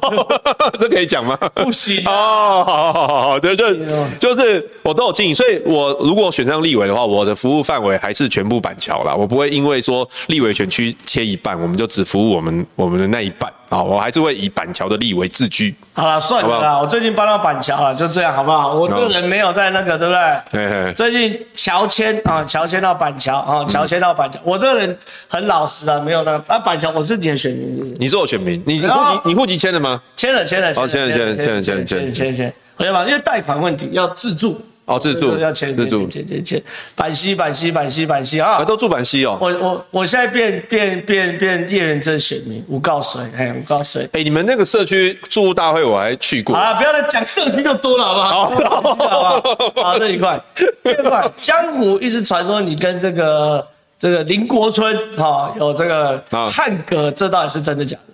Speaker 2: 这可以讲吗？
Speaker 1: 不行啊
Speaker 2: 哦，好好好好，对，就
Speaker 1: 哦
Speaker 2: 就是我都有经营，所以我如果选上立委的话，我的服务范围还是全部板桥啦，我不会因为说立委选区切一半，我们就只服务我们我们的那一半啊，我还是会以板桥的立委自居。
Speaker 1: 好了，算了
Speaker 2: 好不
Speaker 1: 啦，我最近搬到板桥了，就这样好不好？我这个人没有在那个，对不对？
Speaker 2: 嘿 嘿
Speaker 1: 最近乔迁啊，乔迁到板桥啊，乔迁到板桥，我这个人很老实啊，没有那个啊，板桥我是你的选民，是不是
Speaker 2: 你是我选民，你你户
Speaker 1: 哦
Speaker 2: 籍你户籍签了吗？
Speaker 1: 签了签了
Speaker 2: 哦签了签了签了签了
Speaker 1: 签签签，我要把，因为贷款问题要自助
Speaker 2: 哦自助
Speaker 1: 对要签
Speaker 2: 自助
Speaker 1: 签签签签，板西板西板西板西啊
Speaker 2: 啊，！都住板西哦。
Speaker 1: 我我我现在变变变变叶元真选民，我告谁？哎，我告谁？
Speaker 2: 哎、你们那个社区住户大会我还去过
Speaker 1: 好，了，不要再讲社区就多了，好不好？
Speaker 2: 好
Speaker 1: 好不好？ 好，这一块，这一块，江湖一直传说你跟这个这个林国春哈、有这个
Speaker 2: 啊
Speaker 1: 汉格，这到底是真的假的？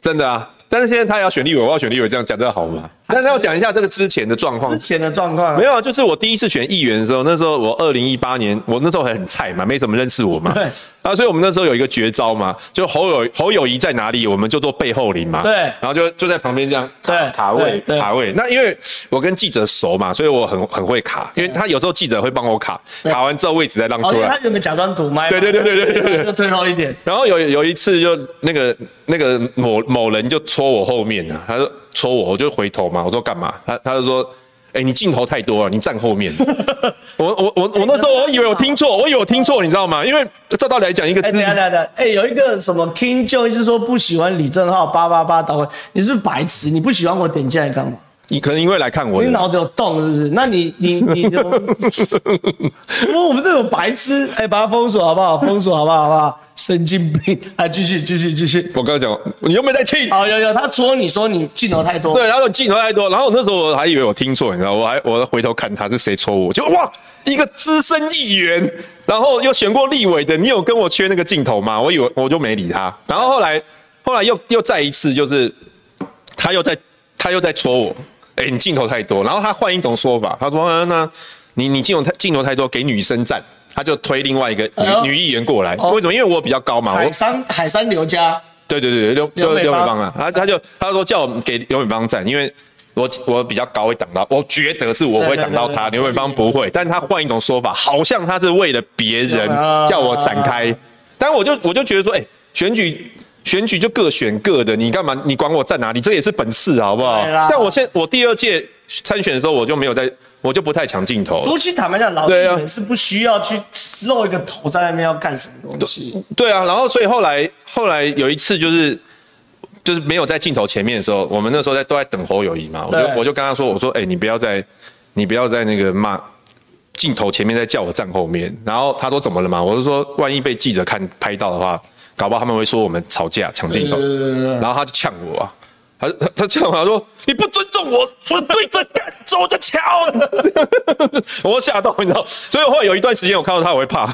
Speaker 2: 真的啊。但是现在他要选立委，我要选立委，这样讲这样好吗？那那要讲一下这个之前的状况
Speaker 1: 之，前的状况啊
Speaker 2: 没有啊，就是我第一次选议员的时候，那时候我二零一八年，我那时候还很菜嘛，没怎么认识我嘛
Speaker 1: 对。
Speaker 2: 啊，所以我们那时候有一个绝招嘛，就侯友侯友谊在哪里，我们就做背后灵嘛。
Speaker 1: 对
Speaker 2: 然后就就在旁边这样卡
Speaker 1: 对
Speaker 2: 卡位
Speaker 1: 对对
Speaker 2: 卡位。那因为我跟记者熟嘛，所以我很很会卡，因为他有时候记者会帮我卡，卡完之后位置再让
Speaker 1: 哦，
Speaker 2: 出
Speaker 1: 因为
Speaker 2: 来
Speaker 1: 他。原本假装堵麦嘛，
Speaker 2: 啊对对对对对对 对
Speaker 1: 就退后一点，
Speaker 2: 然后有有一次就那个那个某某人就戳我后面啊，他就戳我，我就回头嘛，我说干嘛？他他就说，哎、你镜头太多了，你站后面。 我我我我那时候我以为我听错，我以为我听错，你知道吗？因为照道理来讲，一个
Speaker 1: 哎，
Speaker 2: 资
Speaker 1: 等一下等一下等一下，哎，有一个什么 King Joe 一直说不喜欢李正浩八八八倒回，你是不是白痴？你不喜欢我点进来干嘛？
Speaker 2: 你可能因为来看我
Speaker 1: 你
Speaker 2: 的，
Speaker 1: 脑子有洞是不是？那你你你就，不过我们这种白痴，哎、把它封锁好不好？封锁好不好？好不好？神经病！啊，继续继续继续。哦
Speaker 2: 我刚刚讲，你有没有在听？
Speaker 1: 好，有有，他戳你说你镜头太多，
Speaker 2: 对，然后镜头太多，然后我那时候我还以为我听错，你知道，我还我回头看他是谁戳我，就哇，一个资深议员，然后又选过立委的，你有跟我缺那个镜头吗？我以为我就没理他，然后后来后来又又再一次，就是他又在他又在戳我，哎、你镜头太多，然后他换一种说法，他说、啊、那你你镜头太镜头太多，给女生站。他就推另外一个女、
Speaker 1: 哎呦
Speaker 2: 女议员过来，
Speaker 1: 哦
Speaker 2: 为什么？因为我比较高嘛，我
Speaker 1: 海山海山刘家，
Speaker 2: 对对对，刘
Speaker 1: 刘
Speaker 2: 就
Speaker 1: 美
Speaker 2: 刘美
Speaker 1: 芳
Speaker 2: 芳啊，他他就他说叫我们给刘美芳站，因为我我比较高会挡到，我觉得是我会挡到他，
Speaker 1: 对对对对
Speaker 2: 刘美芳不会，但他换一种说法，好像他是为了别人
Speaker 1: 啊
Speaker 2: 叫我闪开，但我就我就觉得说，哎、选举。选举就各选各的，你干嘛？你管我站哪里？这也是本事，好不好
Speaker 1: 对啦？
Speaker 2: 像我现我第二届参选的时候我就没有在，我就不太抢镜头了。
Speaker 1: 不过其实坦白讲，老艺
Speaker 2: 哦对啊
Speaker 1: 人是不需要去露一个头在那边要干什么东西。
Speaker 2: 对啊，然后所以后来后来有一次就是就是没有在镜头前面的时候，我们那时候在都在等侯友谊嘛，我就
Speaker 1: 对
Speaker 2: 我就跟他说，我说哎、你不要在你不要在那个骂镜头前面在叫我站后面，然后他说怎么了嘛，我就说万一被记者看拍到的话，搞不好他们会说我们吵架抢镜头，然后他就呛我啊。他他他呛我，他说你不尊重我，我对着干，走着瞧。 我吓到，你知道，所以后来有一段时间，我看到他我会怕。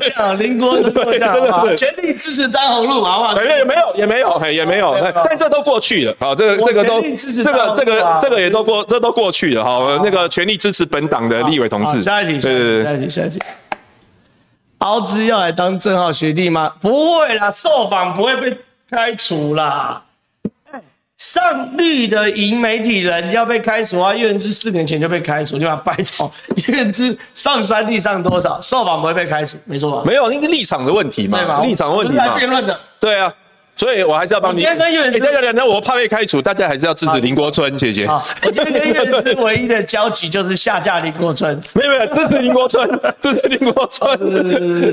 Speaker 1: 这样，林国能够这样好不好
Speaker 2: 对对对
Speaker 1: 全力支持张宏路，好不好？
Speaker 2: 哎，也没有，也没有，哎，也没有，哎，但这都过去了，好，这个
Speaker 1: 我
Speaker 2: 这个都，
Speaker 1: 全力支持
Speaker 2: 这
Speaker 1: 大
Speaker 2: 个
Speaker 1: 陆
Speaker 2: 这
Speaker 1: 啊
Speaker 2: 个这个也都过，这都过去了，好，那个全力支持本党的立委同
Speaker 1: 好
Speaker 2: 志，
Speaker 1: 哦下一题，
Speaker 2: 对对对，
Speaker 1: 下一题，下一题。敖之要来当正浩学弟吗？不会啦，受访不会被开除啦。上绿的银媒体人要被开除啊！院之四年前就被开除，就要 拜托。院之上三地上多少？受访不会被开除，没错吧？
Speaker 2: 没有那个立场的问题
Speaker 1: 对
Speaker 2: 嘛，
Speaker 1: 吧？
Speaker 2: 立场
Speaker 1: 我
Speaker 2: 问
Speaker 1: 们
Speaker 2: 题
Speaker 1: 是来
Speaker 2: 嘛，
Speaker 1: 辩论的，
Speaker 2: 对啊，所以我还是要帮你。
Speaker 1: 我今天跟岳
Speaker 2: 哎
Speaker 1: 仁
Speaker 2: 等等等，那我怕被开除，大家还是要支持林国春，谢谢。
Speaker 1: 啊，我今天跟院之唯一的交集就是下架林国春。
Speaker 2: 没有没有，支持林国春， 支持林国春，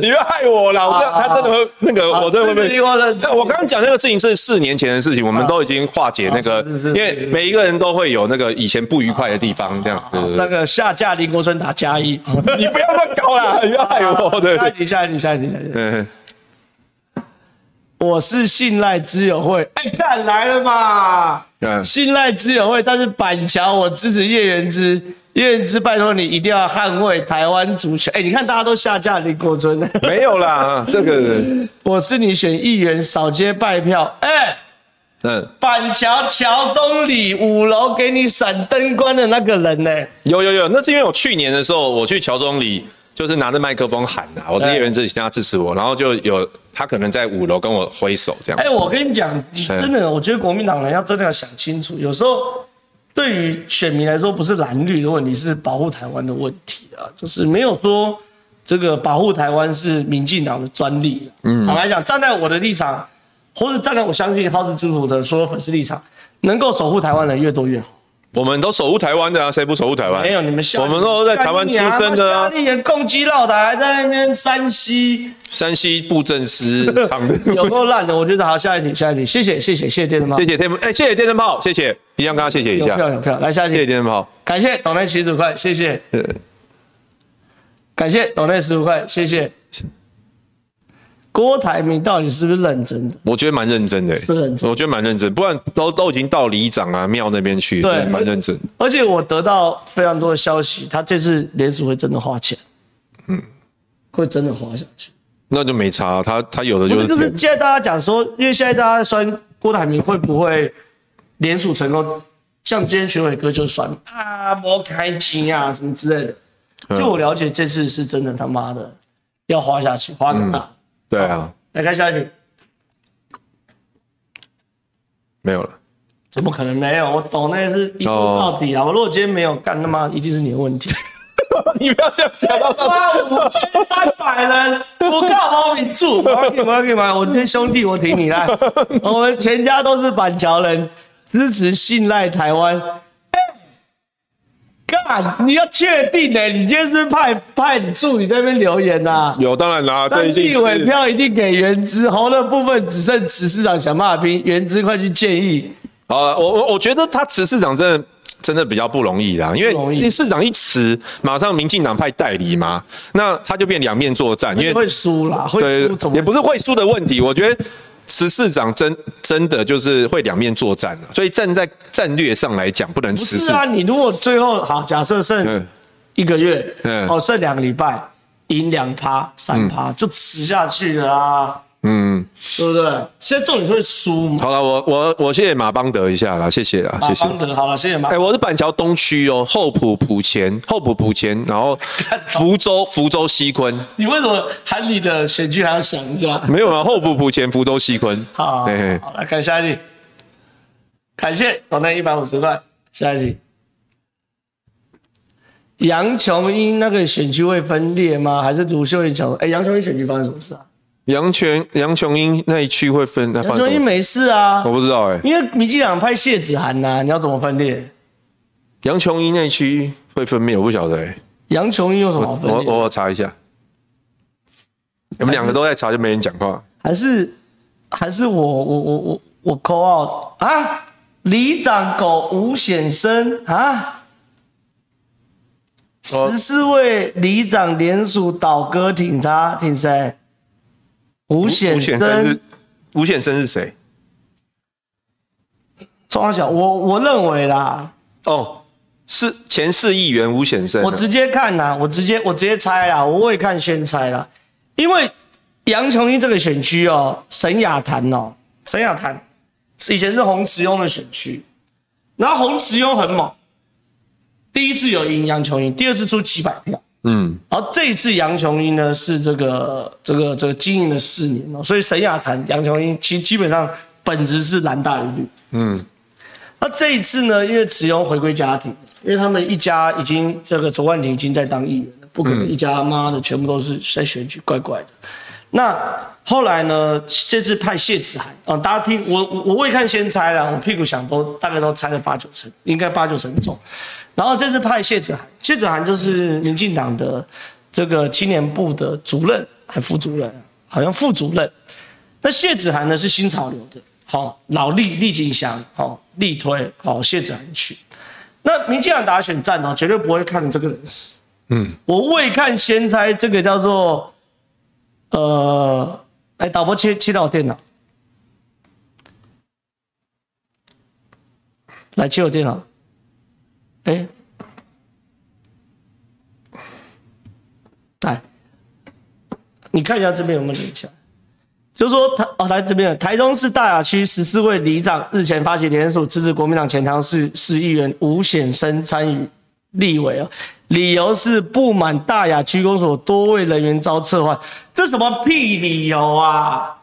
Speaker 2: 你不要害我啦！我这样
Speaker 1: 啊
Speaker 2: 他真的会那个，哦我真的会
Speaker 1: 支持
Speaker 2: 被
Speaker 1: 林。啊国春
Speaker 2: 那 我刚刚讲那个事情是四年前的事情，我们都已经化解那
Speaker 1: 啊
Speaker 2: 个
Speaker 1: 是是是，
Speaker 2: 因为
Speaker 1: 是啊
Speaker 2: 每一个人都会有那个以前不愉快的地方，这样。对对对
Speaker 1: 那个下架林国春打加一，
Speaker 2: 你不要乱搞啦，你不要害我，哦对
Speaker 1: 下
Speaker 2: 对
Speaker 1: 一
Speaker 2: 对
Speaker 1: 题，下一题，下一题，下一题。
Speaker 2: 嗯，
Speaker 1: 我是信赖之友会，哎、干来了嘛！
Speaker 2: 嗯
Speaker 1: 信赖之友会，但是板桥我支持叶元之，叶元之拜托你一定要捍卫台湾足球。哎、你看大家都下架林国尊，
Speaker 2: 没有啦，这个，
Speaker 1: 我是你选议员扫街拜票，哎、
Speaker 2: 嗯，
Speaker 1: 板桥桥中里五楼给你闪灯光的那个人呢、
Speaker 2: 有有有，那是因为我去年的时候，我去桥中里，就是拿着麦克风喊啊，我的
Speaker 1: 对
Speaker 2: 叶元志请他支持我，然后就有他可能在五楼跟我挥手这样
Speaker 1: 哎、。我跟你讲，你真的，我觉得国民党人要真的要想清楚，有时候对于选民来说，不是蓝绿的问题，是保护台湾的问题啊，就是没有说这个保护台湾是民进党的专利。嗯，坦白讲，站在我的立场，或是站在我相信好事之徒的所有粉丝立场，能够守护台湾人越多越好。
Speaker 2: 我们都守护台湾的啊，谁不守护台湾？
Speaker 1: 没有你们下，
Speaker 2: 我们都在台湾出生的啊
Speaker 1: 下。立言攻击老台，还在那边山西
Speaker 2: 山西布政司唱的，
Speaker 1: 有够烂的，我觉得好，下一题，下一题，谢谢，谢谢，谢谢电灯泡
Speaker 2: 谢，谢电，哎，谢谢电灯泡，谢谢，一样跟他谢谢一
Speaker 1: 有
Speaker 2: 下，
Speaker 1: 票有票，来下一题
Speaker 2: 谢谢。电灯泡。
Speaker 1: 感谢董内七十五块，谢谢。
Speaker 2: 呃
Speaker 1: 感谢董内十五块，谢谢。郭台铭到底是不是认真的？
Speaker 2: 我觉得蛮认真的、欸，
Speaker 1: 是认真
Speaker 2: 我觉得蛮认真，不然都都已经到里长啊庙那边去，
Speaker 1: 对
Speaker 2: 蛮认真。
Speaker 1: 而且我得到非常多的消息，他这次联署会真的花钱，嗯，会真的花下去。
Speaker 2: 那就没差，他他有的
Speaker 1: 不，
Speaker 2: 就是
Speaker 1: 就是
Speaker 2: 是
Speaker 1: 现在大家讲说，因为现在大家在酸郭台铭会不会联署成功，像今天选委哥就酸啊，没开机啊什么之类的。就我了解，这次是真的他妈的要花下去，花很大。
Speaker 2: 对啊，
Speaker 1: 来看下一题。
Speaker 2: 没 有了。
Speaker 1: 怎么可能没有？我懂，那是一步到底啊！我如果今天没有干，他妈一定是你的问题。
Speaker 2: 你不要这样讲
Speaker 1: 哇，五千三百人，我靠，毛笔住，毛笔毛笔毛，我跟兄弟，我挺你来，我们全家都是板桥人，支持信赖台湾。哎干，你要确定呢、你今天是不是派派你助理在那边留言呐、啊？
Speaker 2: 有当然 啦，这
Speaker 1: 但
Speaker 2: 一定
Speaker 1: 立委票一定给原资，红的部分只剩慈市长想骂拼，原资快去建议。
Speaker 2: 呃好了，我我我觉得他辞市长真的真的比较不容易啦，因
Speaker 1: 不容易
Speaker 2: 为市长一辞，马上民进党派代理嘛，那他就变两面作战，因为
Speaker 1: 会输啦，会
Speaker 2: 对
Speaker 1: 输怎，么
Speaker 2: 也不是会输的问题，我觉得。慈市长真真的就是会两面作战啊，所以站在战略上来讲，不能
Speaker 1: 不
Speaker 2: 慈市
Speaker 1: 是啊，你如果最后好，假设剩
Speaker 2: 嗯
Speaker 1: 一个月，
Speaker 2: 嗯
Speaker 1: 哦，剩两个礼拜，赢两趴、三趴就吃下去了啊，
Speaker 2: 嗯，
Speaker 1: 对不对？现在重点是会输嘛，
Speaker 2: 好了，我我我谢谢马邦德一下啦，谢谢啦，
Speaker 1: 马
Speaker 2: 谢谢。
Speaker 1: 邦德好了，谢谢马
Speaker 2: 哎、。我是板桥东区哦，后埔埔前，后埔埔前，然后福州福州西昆，
Speaker 1: 你为什么喊你的选区还要想一下？
Speaker 2: 没有啊，后埔埔前，福州西昆。
Speaker 1: 好，
Speaker 2: 嘿嘿
Speaker 1: 好，来看下一题。感谢我那一百五十块，下一题。杨琼英那个选区会分裂吗？还是卢秀燕讲？哎，杨琼英选区发生什么事啊？
Speaker 2: 杨全杨琼英那一区会分，那
Speaker 1: 杨
Speaker 2: 放
Speaker 1: 琼英
Speaker 2: 什么？
Speaker 1: 没事啊
Speaker 2: 我。不知道哎、
Speaker 1: 因为民进党派谢子涵呐、你要怎么分裂？
Speaker 2: 杨琼英那区会分辨，我不晓得、欸，
Speaker 1: 杨琼英有什么好分
Speaker 2: 我
Speaker 1: 裂
Speaker 2: 我我查一下。你们两个都在查，就没人讲话。
Speaker 1: 还是还是我我我我我扣号啊？里长狗吴显生啊？
Speaker 2: 哦
Speaker 1: 十四位里长联署倒戈挺他，挺谁？吴显生
Speaker 2: 是，吴显生是谁？
Speaker 1: 冲他小，我我认为啦，
Speaker 2: 哦，是前市议员吴显生啊、
Speaker 1: 我直接看啦，我直接我直接猜啦，我未看先猜啦，因为杨琼英这个选区哦，沈雅潭哦，沈雅潭以前是洪慈庸的选区，然后洪慈庸很猛，第一次有赢杨琼英，第二次出几百票，
Speaker 2: 嗯，
Speaker 1: 然后这一次杨琼英呢是这个这个这个经营了四年哦，所以沈雅潭杨琼英其实基本上本质是蓝大于绿，
Speaker 2: 嗯，
Speaker 1: 那啊这一次呢，因为慈庸回归家庭，因为他们一家已经这个卓万庭已经在当议员了，不可能一家妈的全部都是在选举，怪怪的。那后来呢，这次派谢子涵啊、大家听我我我未看先猜了，我屁股想都大概都猜了八九成，应该八九成中。然后这次派谢子涵，谢子涵就是民进党的这个青年部的主任还副主任，好像副主任。那谢子涵呢是新潮流的，好、老力力景祥，好、力推，好、谢子涵去。那民进党打选战哦，绝对不会看这个人死。
Speaker 2: 嗯，
Speaker 1: 我未看先猜这个叫做，呃，哎，导播切切到我电脑，来切我电脑，哎，来，你看一下这边有没有连起来。就说台哦，台这边的台中市大雅区十四位里长日前发起联署，支持国民党前台中市市议员吴显生参与立委啊，理由是不满大雅区公所多位人员遭撤换，这什么屁理由啊！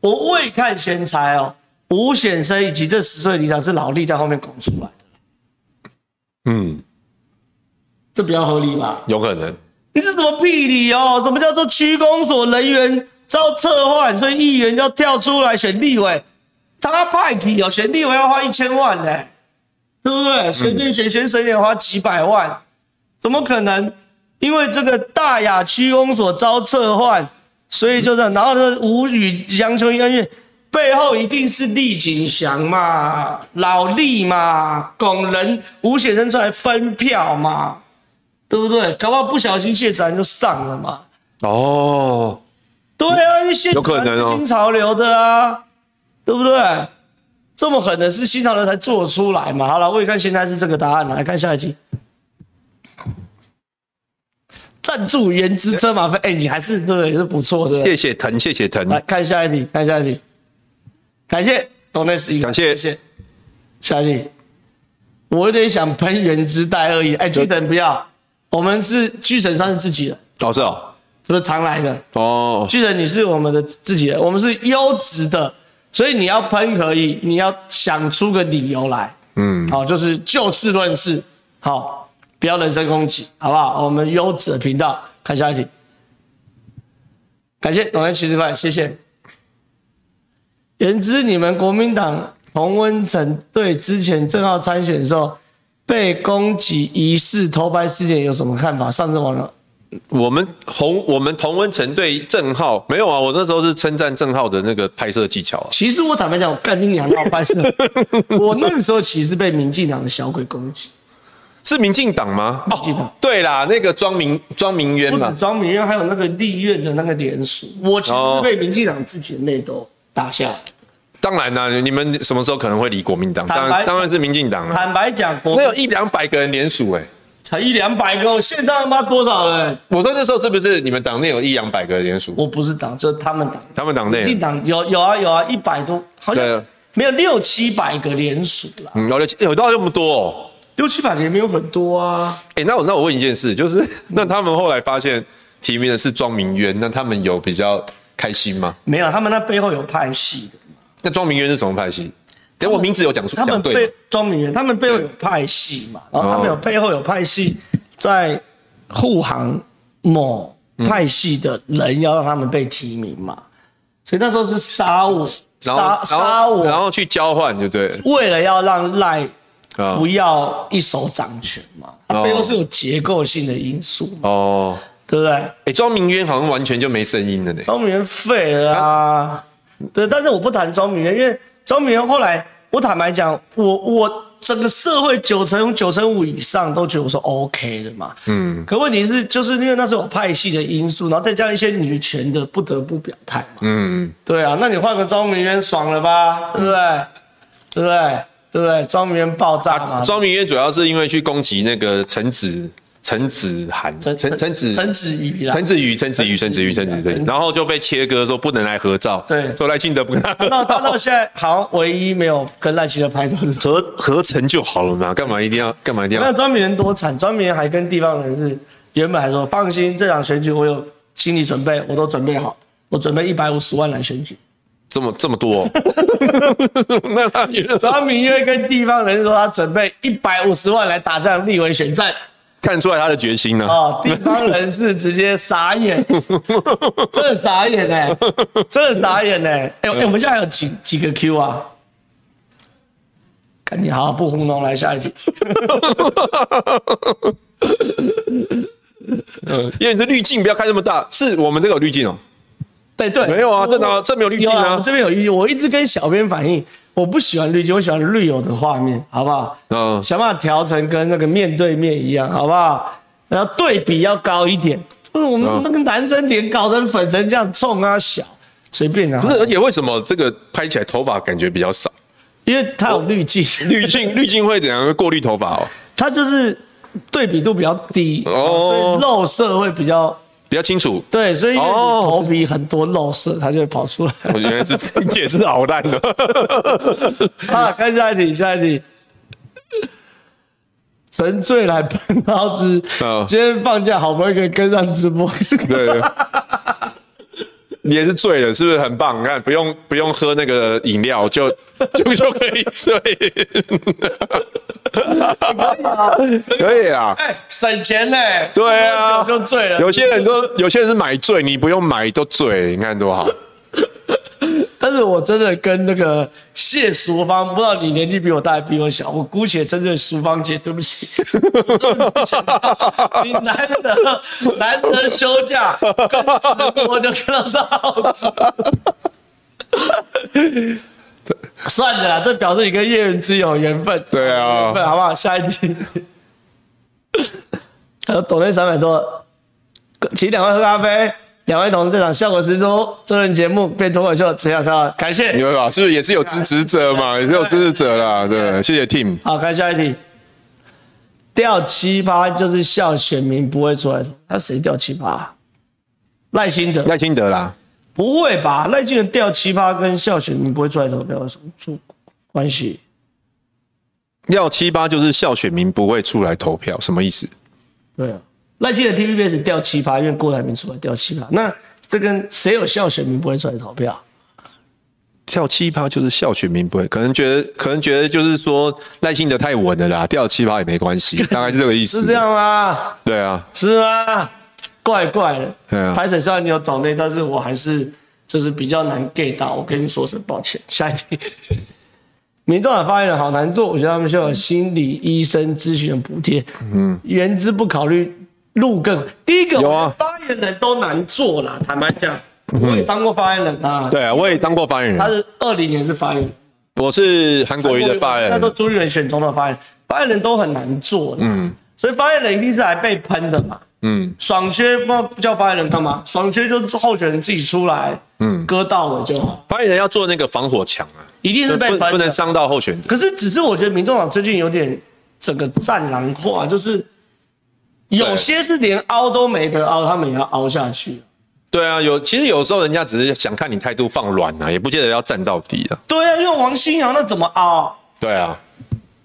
Speaker 1: 我未看先猜哦，吴显生以及这十四位里长是老力在后面拱出来的，
Speaker 2: 嗯，
Speaker 1: 这比较合理吧？
Speaker 2: 有可能。
Speaker 1: 你是什么屁理由？什么叫做区公所人员遭撤换，所以议员要跳出来选立委？他派屁哦，选立委要花一千万呢、对不对？随便选选省也花几百万，怎么可能？因为这个大雅区公所遭撤换，所以就这样。然后呢，吴宇、杨秋英因为背后一定是厉景祥嘛、老厉嘛、拱人吴先生出来分票嘛。对不对？搞不好不小心谢子涵就上了嘛。
Speaker 2: 哦，
Speaker 1: 对啊，因为谢子
Speaker 2: 有可
Speaker 1: 涵
Speaker 2: 能
Speaker 1: 是
Speaker 2: 哦
Speaker 1: 新潮流的啊，对不对？这么狠的是新潮流才做出来嘛。好了，我也看现在是这个答案了，来看下一题。赞助原汁车马费，哎、你还是对，也是不错的。
Speaker 2: 谢谢腾，谢谢腾。
Speaker 1: 来看下一题，看下一题，感谢董内斯，
Speaker 2: 感谢
Speaker 1: 谢谢，下一题，我有点想喷原汁带恶意，哎、巨神不要，我们是巨神算是自己人，
Speaker 2: 老师哦，
Speaker 1: 不是常来的，
Speaker 2: 哦，
Speaker 1: 巨神你是我们的自己人，我们是优质的，所以你要喷可以，你要想出个理由来，
Speaker 2: 嗯，
Speaker 1: 好，就是就事论事，好，不要人身攻击，好不好？我们优质的频道，看下一题。感谢董恩七十块，谢谢。言之，你们国民党洪温成对之前郑浩参选的时候被攻击疑似偷拍事件有什么看法？上次网友
Speaker 2: 我们洪我们同温层对郑浩没有啊，我那时候是称赞郑浩的那个拍摄技巧啊。
Speaker 1: 其实我坦白讲，我干你娘老 办事。我那个时候其实被民进党的小鬼攻击，
Speaker 2: 是民进党吗？
Speaker 1: 民进党
Speaker 2: 哦，对啦，那个庄明庄明渊
Speaker 1: 不止
Speaker 2: 嘛，
Speaker 1: 庄民院，还有那个立院的那个联署，我其实是被民进党自己的内斗打下来。
Speaker 2: 当然啦、你们什么时候可能会离国民党？
Speaker 1: 坦白
Speaker 2: 当然当然是民进党了、
Speaker 1: 坦白讲，国
Speaker 2: 嗯那有一两百个人联署哎、
Speaker 1: 才一两百个，现在他妈多少人？
Speaker 2: 我说那时候是不是你们党内有一两百个人联署？
Speaker 1: 我不是党，就是他们党。
Speaker 2: 他们党
Speaker 1: 民进
Speaker 2: 内，
Speaker 1: 党有有啊有啊，一百多，好
Speaker 2: 对
Speaker 1: 像
Speaker 2: 啊
Speaker 1: 没有六七百个联署啦，
Speaker 2: 嗯，有的有到那么多、哦。
Speaker 1: 六七百个也没有很多啊。
Speaker 2: 哎、那我那我问一件事，就是 那他们后来发现提名的是庄明渊，那他们有比较开心吗？
Speaker 1: 没有，他们那背后有派系的，
Speaker 2: 那庄明渊是什么派系？等我名字有讲出
Speaker 1: 他
Speaker 2: 讲
Speaker 1: 们
Speaker 2: 对哦
Speaker 1: 背
Speaker 2: 吗，
Speaker 1: 庄明元，他们背后有派系嘛，然后他们有背后有派系在护航某派系的人，要让他们被提名嘛。所以那时候是杀我，
Speaker 2: 然
Speaker 1: 杀
Speaker 2: 后然
Speaker 1: 杀
Speaker 2: 后
Speaker 1: 我
Speaker 2: 然后去交换就对了。
Speaker 1: 为了要让赖
Speaker 2: 啊
Speaker 1: 不要一手掌权嘛，它背后是有结构性的因素嘛，
Speaker 2: 哦，
Speaker 1: 对不对？
Speaker 2: 哎，庄明渊好像完全就没声音了呢。
Speaker 1: 庄明元废了啊！对，但是我不谈庄明元，因为庄明元后来，我坦白讲，我我整个社会九成九成五以上都觉得我说 OK 的嘛。嗯。可问题是，就是因为那时候有派系的因素，然后再加上一些女权的不得不表态嘛。
Speaker 2: 嗯，
Speaker 1: 对啊，那你换个庄明渊爽了吧？对不对？对不对？对不对？庄明渊爆炸嘛？
Speaker 2: 啊庄明渊主要是因为去攻击那个陈子陈子涵陈陈子
Speaker 1: 陈子瑜啦。
Speaker 2: 陈子瑜，陈子瑜，陈子瑜，陈子瑜，对，然后就被切割说不能来合照，
Speaker 1: 对
Speaker 2: 说赖清 德不跟他合
Speaker 1: 那他
Speaker 2: 照
Speaker 1: 到，现在好像唯一没有跟赖奇的拍照就是
Speaker 2: 合合成就好了嘛，干嘛一定要干嘛一定
Speaker 1: 那
Speaker 2: 要？
Speaker 1: 专门人多惨，专门人还跟地方人士原本还说放心，这场选举我有心理准备，我都准备好，我准备一百五十万来选举。
Speaker 2: 这么这么 多哦、那他觉得
Speaker 1: 庄明月跟地方人士说他准备一百五十万来打这场立委选战
Speaker 2: 看出来他的决心呢、
Speaker 1: 哦，地方人士直接傻眼， 真的傻眼哎、真的傻眼哎、哎、哎我们现在还有几几个 Q 啊？赶紧好好不糊弄来下一题。
Speaker 2: 嗯，因为你这滤镜不要开这么大，是我们这个有滤镜哦、
Speaker 1: 对对，
Speaker 2: 没有啊
Speaker 1: 我
Speaker 2: 这哪这没有滤镜啊
Speaker 1: 我这边有滤镜，我一直跟小编反映，我不喜欢滤镜，我喜欢绿油的画面，好不好？
Speaker 2: 嗯
Speaker 1: 想办法调成跟那个面对面一样，好不好？然后对比要高一点。嗯，我们
Speaker 2: 嗯
Speaker 1: 那个男生脸搞成粉成这样，冲啊小，随便啊
Speaker 2: 不，是，而且为什么这个拍起来头发感觉比较 少？
Speaker 1: 因为他有滤镜，
Speaker 2: 滤镜滤镜会怎样？会过滤头发哦，
Speaker 1: 他就是对比度比较低，
Speaker 2: 哦
Speaker 1: 所以肉色会比较
Speaker 2: 比较清楚。
Speaker 1: 对，所以因为你
Speaker 2: 哦
Speaker 1: 头皮很多肉色，它就会跑出来。
Speaker 2: 我原 来是这个解释好烂的。
Speaker 1: 啊，看下一题，下一题。沉醉来本老子
Speaker 2: 嗯，
Speaker 1: 今天放假好不容易可以跟上直播，
Speaker 2: 对，你也是醉了，是不是很棒？你看，不用不用喝那个饮料，就就就可以醉， 可以啊。
Speaker 1: 哎，省钱呢、
Speaker 2: 对啊
Speaker 1: 喝酒就醉了。
Speaker 2: 有些人都有些人是买醉，你不用买都醉，你看多好。
Speaker 1: 但是我真的跟那个谢淑芳，不知道你年纪比我大还比我小，我姑且针对淑芳姐，对不起， 你难得难得休假，跟直播就看到上耗子。算了啦，这表示你跟叶云之有缘分。
Speaker 2: 对啊
Speaker 1: 有缘分好不好？下一题。还有抖内三百多，请两位喝咖啡，两位同志这场效果十足，真人节目变脱口秀，只想上，感谢。
Speaker 2: 你们吧，是不是也是有支持者
Speaker 1: 啊
Speaker 2: 嘛？也是有支持者啦，对，谢谢 Tim。
Speaker 1: 好，看下一题。掉七八就是笑选民不会出来投，他谁掉七八、啊赖清德
Speaker 2: 赖清德啦，
Speaker 1: 不会吧？赖清德掉七八跟笑选民不会出来投票有什么出关系？
Speaker 2: 要七八就是笑选民不会出来投票，什么意思？
Speaker 1: 对啊，赖清德 TVBS 掉七八，因为郭台铭出来掉七八，那这跟谁有笑选民不会出来投票？
Speaker 2: 跳七趴就是笑选民不会，可能觉得可能觉得就是说耐心的太稳了啦，掉七趴也没 关系，大概是这个意思。
Speaker 1: 是这？样吗？
Speaker 2: 对啊，
Speaker 1: 是吗？怪怪的。
Speaker 2: 对啊
Speaker 1: 排水虽然你有懂内，但是我还是就是比较难 get 到，我跟你说声抱歉。下一题， 民众党发言人好难做，我觉得他们需要有心理医生咨询的补贴。嗯，原资不考虑路更，第一个
Speaker 2: 有啊
Speaker 1: 我觉得发言人都难做啦，坦白讲，我也当过发言人啊。
Speaker 2: 对啊，我也当过发言
Speaker 1: 他
Speaker 2: 人，
Speaker 1: 是二零年是发言人，
Speaker 2: 我是韩国瑜的发言
Speaker 1: 那都
Speaker 2: 人。
Speaker 1: 朱立伦选中的发言人，发言人都很难做。嗯，所以发言人一定是来被喷的嘛。
Speaker 2: 嗯，
Speaker 1: 爽缺不不叫发言人干嘛？爽缺就是候选人自己出来，嗯，割到尾就好，
Speaker 2: 发言人要做那个防火墙啊，
Speaker 1: 一定是被啊
Speaker 2: 不
Speaker 1: 喷
Speaker 2: 不能
Speaker 1: 的。
Speaker 2: 伤到候选人。
Speaker 1: 可是只是我觉得民众党最近有点整个战狼化，就是有些是连凹都没得凹，他们也要凹下去。
Speaker 2: 对啊，有其实有时候人家只是想看你态度放软啊，也不见得要站到底啊。
Speaker 1: 对啊，因为王新瑶那怎么凹？
Speaker 2: 对啊，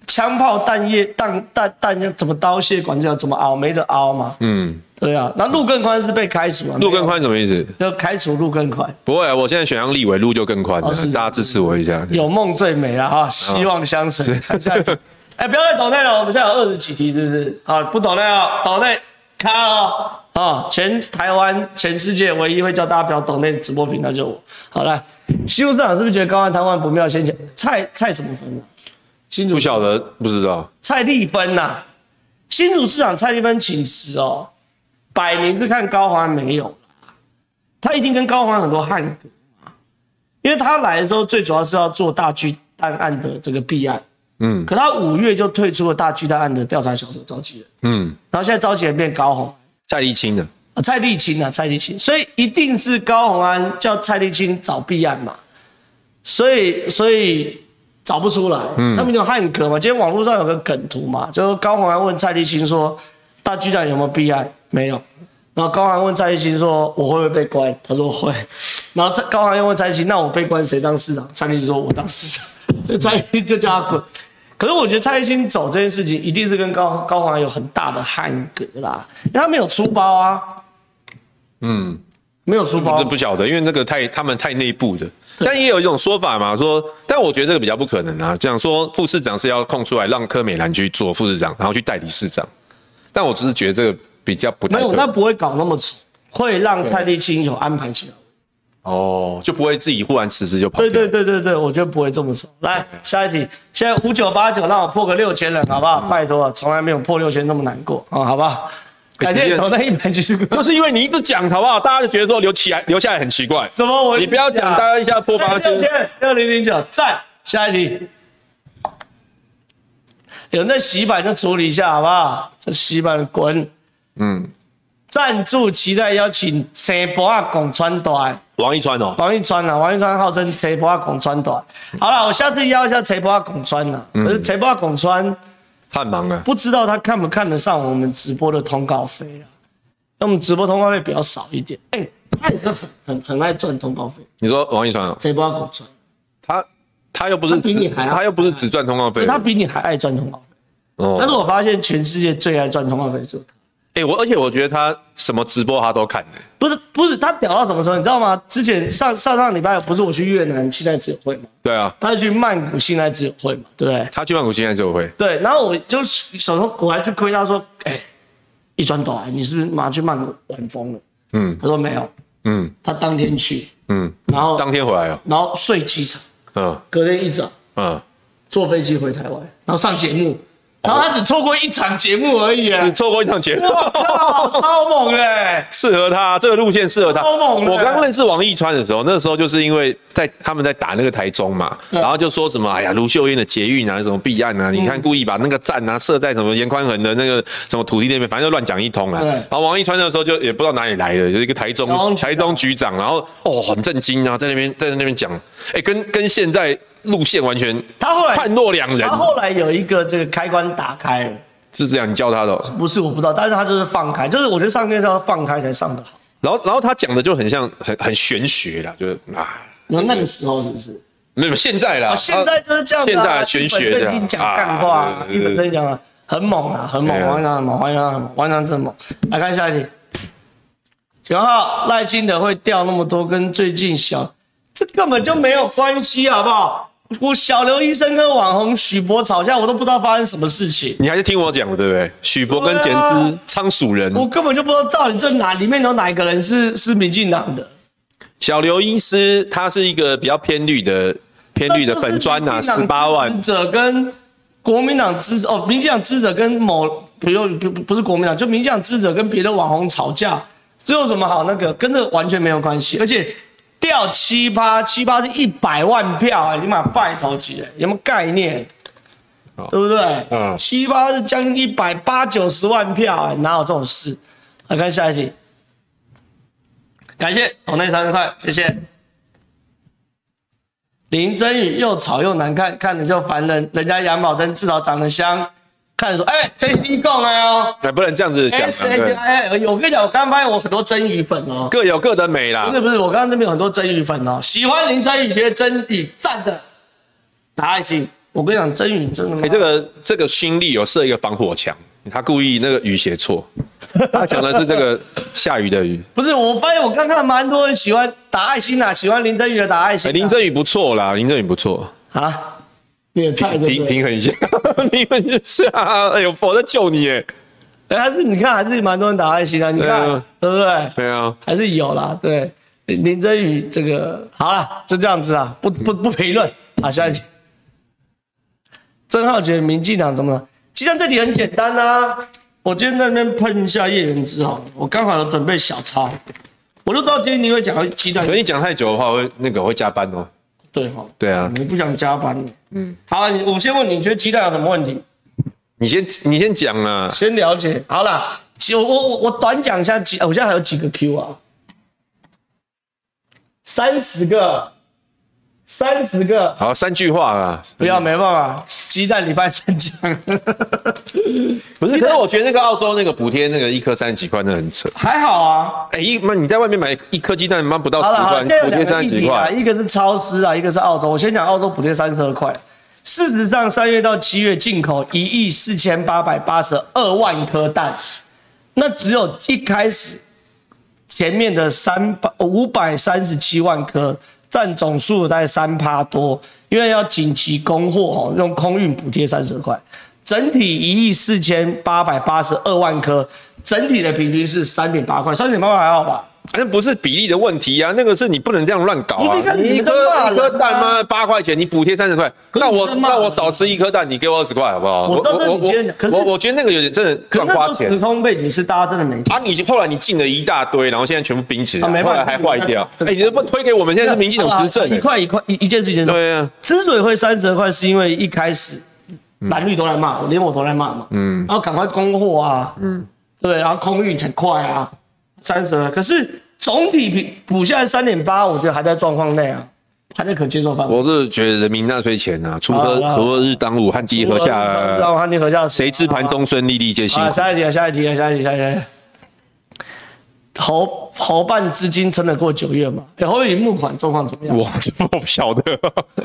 Speaker 1: 枪炮弹液弹弹弹怎么刀械管教怎么凹？没得凹嘛。
Speaker 2: 嗯，
Speaker 1: 对啊，那陆更宽是被开除啊，
Speaker 2: 路更宽什么意思？
Speaker 1: 没有就开除陆更宽。
Speaker 2: 不会、啊，我现在选上立委，路就更宽了
Speaker 1: 哦是，
Speaker 2: 大家支持我一下。
Speaker 1: 有梦最美了哈，希望相随。看下一 题，哎，不要再抖内了，我们现在有二十几题，是不是？好，不抖内了，抖内卡哦，啊，全台湾、全世界唯一会叫大家不要抖内直播频道就我。好来，西湖市长是不是觉得高安瘫痪不妙先前？蔡蔡什么分啊？新
Speaker 2: 不
Speaker 1: 竹
Speaker 2: 晓得不知道。
Speaker 1: 蔡丽芬呐、新竹市长蔡丽芬请辞哦，摆明是看高环没有啦他一定跟高环很多汉格嘛因为他来的时候最主要是要做大巨蛋案的这个弊案，
Speaker 2: 嗯
Speaker 1: 可他五月就退出了大巨蛋案的调查小组召集人，
Speaker 2: 嗯，
Speaker 1: 然后现在召集人变高红。
Speaker 2: 蔡丽青的，
Speaker 1: 啊蔡丽青啊，蔡丽青，所以一定是高鸿安叫蔡丽青找弊案嘛，所以所以找不出来，他们有汉格嘛。今天网络上有个梗图嘛，就是高鸿安问蔡丽青说：“大巨蛋有没有弊案？”没有。然后高鸿安问蔡丽青说：“我会不会被关？”他说会。然后蔡高鸿安又问蔡丽青：“那我被关谁当市长？”蔡丽青说：“我当市长。” 所以蔡丽青就叫他滚。可是我觉得蔡依林走这件事情，一定是跟高高华有很大的汉格啦，因为他没有出包啊，
Speaker 2: 嗯，
Speaker 1: 没有出
Speaker 2: 这
Speaker 1: 包啊
Speaker 2: 不，晓得，因为那个太他们太内部的。但也有一种说法嘛，说，但我觉得这个比较不可能啊。讲说副市长是要空出来让柯美兰去做副市长，然后去代理市长。但我只是觉得这个比较不太
Speaker 1: 没有
Speaker 2: 可
Speaker 1: 那
Speaker 2: 能
Speaker 1: 不会搞那么丑，会让蔡丽青有安排起来。
Speaker 2: 哦，就不会自己忽然辞职就跑
Speaker 1: 对
Speaker 2: 掉。
Speaker 1: 对对对对，我觉得不会这么丑。来下一题，现在五九八九，让我破个六千人好不好？
Speaker 2: 嗯
Speaker 1: 拜托，啊从来没有破六千那么难过啊，好不好？感谢投那一百七十个。
Speaker 2: 就是因为你一直讲，好不好？大家就觉得说留起来留下来很奇怪。
Speaker 1: 什么？我
Speaker 2: 你不要讲，大家一下破八
Speaker 1: 六
Speaker 2: 千，
Speaker 1: 千六零零九，赞。下一题，有人在洗版就处理一下好不好？这洗版滚！
Speaker 2: 嗯，
Speaker 1: 赞助期待邀请青博啊拱川短，
Speaker 2: 王一川哦，
Speaker 1: 王一川啊，王一川号称青博啊拱川短。好了，我下次邀一下青博啊拱川啊。可是青博啊拱川
Speaker 2: 太忙啊了。
Speaker 1: 不知道他看不看得上我们直播的通告费啊？那我们直播通告费比较少一点。哎、他也是很很很爱赚通告费，
Speaker 2: 你说王一川哦，
Speaker 1: 青博啊拱川。
Speaker 2: 他他又不是
Speaker 1: 他比你
Speaker 2: 只
Speaker 1: 还要啊
Speaker 2: 他又不是只赚通告费，
Speaker 1: 他比你还爱赚通告费。但是
Speaker 2: 哦，
Speaker 1: 我发现全世界最爱赚通告费是他，
Speaker 2: 哎，我而且我觉得他什么直播他都看的，
Speaker 1: 不是不是他屌到什么时候，你知道吗？之前上上上礼拜不是我去越南现代自由会嘛，
Speaker 2: 对啊，
Speaker 1: 他去曼谷现代自由会嘛，对不对？
Speaker 2: 他去曼谷现在就会，
Speaker 1: 对，然后我就手头我还去亏他说，哎、一转短，你是不是马上去曼谷玩疯了？
Speaker 2: 嗯
Speaker 1: 他说没有，
Speaker 2: 嗯
Speaker 1: 他当天去，
Speaker 2: 嗯，
Speaker 1: 然后
Speaker 2: 当天回来哦，
Speaker 1: 然后睡机场，
Speaker 2: 嗯
Speaker 1: 隔天一早
Speaker 2: 嗯，
Speaker 1: 坐飞机回台湾，然后上节目，
Speaker 2: 哦
Speaker 1: 然后他只错过一场节目而已啊
Speaker 2: 你！错过一场节目，
Speaker 1: 哇靠， 超猛的、欸！
Speaker 2: 适合他，这个路线适合他。
Speaker 1: 超猛的
Speaker 2: 我刚认识王一川的时候，那时候就是因为在他们在打那个台中嘛，
Speaker 1: 嗯
Speaker 2: 然后就说什么哎呀卢秀燕的捷运啊，什么弊案啊，你看故意把那个站啊设在什么严宽恒的那个什么土地那边，反正就乱讲一通啦。
Speaker 1: 对
Speaker 2: 然后王一川那时候就也不知道哪里来的，就是一个台中
Speaker 1: 台中局长
Speaker 2: 台中局长，然后哦很震惊啊，在那边在那边讲，哎，跟跟现在路线完全
Speaker 1: 他后来
Speaker 2: 判若两人
Speaker 1: 他，后来有一个这个开关打开了，
Speaker 2: 是这样，你教他的哦。
Speaker 1: 不是我不知道，但是他就是放开，就是我觉得上电视要放开才上得好。
Speaker 2: 然后然后他讲的就很像很很玄学啦，就是啊。
Speaker 1: 那那个时候是不是？
Speaker 2: 没有现在啦，
Speaker 1: 啊，现在就是这样子、啊。
Speaker 2: 现在玄学
Speaker 1: 一本
Speaker 2: 的啊
Speaker 1: 正经讲干话、
Speaker 2: 啊
Speaker 1: 啊，
Speaker 2: 对
Speaker 1: 一
Speaker 2: 对对
Speaker 1: 本正经讲啊，很猛啊，很猛，
Speaker 2: 对啊
Speaker 1: 王一很猛，王一很猛，王一真的猛。来看下一题，九号赖清德会掉那么多，跟最近小这根本就没有关系，好不好？我小刘医生跟网红许博吵架，我都不知道发生什么事情。
Speaker 2: 你还是听我讲的，对不对？许博跟简之仓鼠人，
Speaker 1: 啊我根本就不知道到底这哪里面有哪一个人是是民进党的，
Speaker 2: 小刘医师他是一个比较偏绿的，偏绿的粉砖啊，
Speaker 1: 那就是
Speaker 2: 十
Speaker 1: 民进
Speaker 2: 八
Speaker 1: 党支
Speaker 2: 万
Speaker 1: 持者跟国民党支持哦，民进党支持者跟某不用不不是国民党，就民进党支持者跟别的网红吵架，这有什么好那个？跟这完全没有关系，而且掉七八七八是一百万票、啊，你妈拜头几人，有没有概念？对不对？
Speaker 2: 嗯
Speaker 1: 七八是将近一百八九十万票、啊，哪有这种事？来看下一题，感谢董内三十块，谢谢。林真宇又吵又难看，看着就烦人。人家杨宝珍至少长得香，看着说，哎、这 JD 共来哦
Speaker 2: 哎，不能这样子讲啊
Speaker 1: ，S H
Speaker 2: 对。
Speaker 1: I 哎 L。我跟你讲，我刚发现我很多真宇粉哦，
Speaker 2: 各有各的美啦
Speaker 1: 不是，不是，我刚刚这边有很多真宇粉哦，喜欢林真宇，觉得真宇赞的，打爱心。我跟你讲，真宇真的吗
Speaker 2: 哎，这个这个新力有设一个防火墙，他故意那个雨写错，他讲的是这个下雨的雨。
Speaker 1: 不是，我发现我刚看蛮多人喜欢打爱心啊，喜欢林真宇的打爱心、啊。
Speaker 2: 哎，林振宇不错啦，林振宇不错，
Speaker 1: 啊，你也菜对不
Speaker 2: 平
Speaker 1: 对？
Speaker 2: 平衡一下， 平衡一下。哎呦，我在救你哎。
Speaker 1: 哎，还是你看，还是蛮多人打爱心啊，你看，
Speaker 2: 嗯
Speaker 1: 对不对？
Speaker 2: 对啊，
Speaker 1: 还是有啦，对。林林真宇这个好了，就这样子啊，不不不评论啊，下一集。郑浩觉得民进党怎么了？其实这题很简单啊。我今天在那边喷一下叶元之哦，我刚好有准备小抄，我就知道今天你会讲极端
Speaker 2: 可，你讲太久的话，会那个会加班哦。
Speaker 1: 对哈、
Speaker 2: 对啊，
Speaker 1: 你不想加班了？嗯，好啊，你我先问你，你觉得鸡蛋有什么问题？
Speaker 2: 你先你先讲啊。
Speaker 1: 先了解好啦，其我我我我短讲一下几，我现在还有几个 Q 啊？三十个，三十个，
Speaker 2: 好，三句话啊。
Speaker 1: 不要没办法，鸡蛋礼拜三讲，
Speaker 2: 不是，可是我觉得那个澳洲那个补贴那个一颗三十几块，那很扯。
Speaker 1: 还好啊。
Speaker 2: 哎、一妈你在外面买一颗鸡蛋，妈不到
Speaker 1: 好了，好，
Speaker 2: 十
Speaker 1: 现
Speaker 2: 块，
Speaker 1: 在有两
Speaker 2: 补贴
Speaker 1: 个
Speaker 2: 三
Speaker 1: 议
Speaker 2: 十几
Speaker 1: 题啊，
Speaker 2: 块。
Speaker 1: 一个是超支啊，一个是澳洲。我先讲澳洲补贴三十二块。事实上，三月到七月进口一亿四千八百八十二万颗蛋，那只有一开始前面的三百五百三十七万颗，占总数大概三趴多，因为要紧急供货哦，用空运补贴三十块，整体一亿四千八百八十二万颗，整体的平均是三点八块，三点八块还好吧？
Speaker 2: 那不是比例的问题啊，那个是你不能这样乱搞
Speaker 1: 你
Speaker 2: 啊
Speaker 1: 这个！
Speaker 2: 你
Speaker 1: 你
Speaker 2: 一
Speaker 1: 这个骂人
Speaker 2: 颗
Speaker 1: 啊
Speaker 2: 一颗蛋妈八块钱，你补贴三十块，
Speaker 1: 是
Speaker 2: 那
Speaker 1: 你
Speaker 2: 我
Speaker 1: 在骂
Speaker 2: 那我
Speaker 1: 人
Speaker 2: 少吃一颗蛋，你给我二十块好不好？
Speaker 1: 我知道这是你今天讲可是
Speaker 2: 我我觉得那个有点真的
Speaker 1: 可
Speaker 2: 乱
Speaker 1: 那时
Speaker 2: 花
Speaker 1: 候
Speaker 2: 钱
Speaker 1: 时。空背景是大家真的没
Speaker 2: 啊！你后来你进了一大堆，然后现在全部冰起来，
Speaker 1: 啊没
Speaker 2: 后
Speaker 1: 办法
Speaker 2: 来还坏 掉。
Speaker 1: 这
Speaker 2: 哎、
Speaker 1: 个
Speaker 2: 你这不推给我们？现在是民进党执政、
Speaker 1: 一
Speaker 2: 欸，
Speaker 1: 块一块一一件事情。
Speaker 2: 对啊，
Speaker 1: 之所以会三十二块，是因为一开始
Speaker 2: 嗯
Speaker 1: 蓝绿都来骂，我连我都来骂嘛。嗯，然后赶快供货啊，嗯，对，然后空运很快啊，三十二。可是总体比补下来三点八，我觉得还在状况内啊，还在可接受范围。
Speaker 2: 我是觉得人民纳税钱啊，锄禾
Speaker 1: 好啦
Speaker 2: 锄禾日当午，汗滴禾下
Speaker 1: 知道
Speaker 2: 啊。
Speaker 1: 我和你合下
Speaker 2: 谁知盘中餐，粒粒皆辛
Speaker 1: 啊，
Speaker 2: 苦。
Speaker 1: 下一题啊，下一题啊，下一题，下一题下一题。侯侯办资金撑得过九月吗？哎侯友宜募款状况怎么样？
Speaker 2: 我 我不晓得，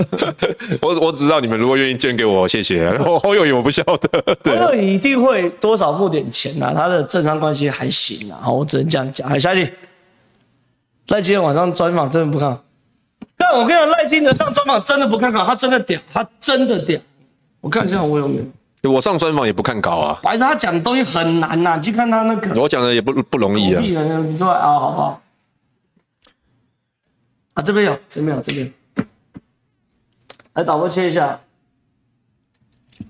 Speaker 2: 我我只知道你们如果愿意捐给我，谢谢。 我后友友我不晓 得，对，啊
Speaker 1: 侯友宜一定会多少募点钱啊，他的政商关系还行啊，好，我只能这样讲。好，下一题。赖清德晚上专访真的不看好，但我跟你讲，赖清德上专访真的不看好，他真的屌，他真的屌。我看一下我有没有，
Speaker 2: 我上专访也不看稿啊，
Speaker 1: 反正他讲的东西很难啊呐、你去看他那个
Speaker 2: 我讲的也不不容易啊。
Speaker 1: 屁人，你出来啊，好不好？啊，这边有，这边有，这边有。来，导播切一下。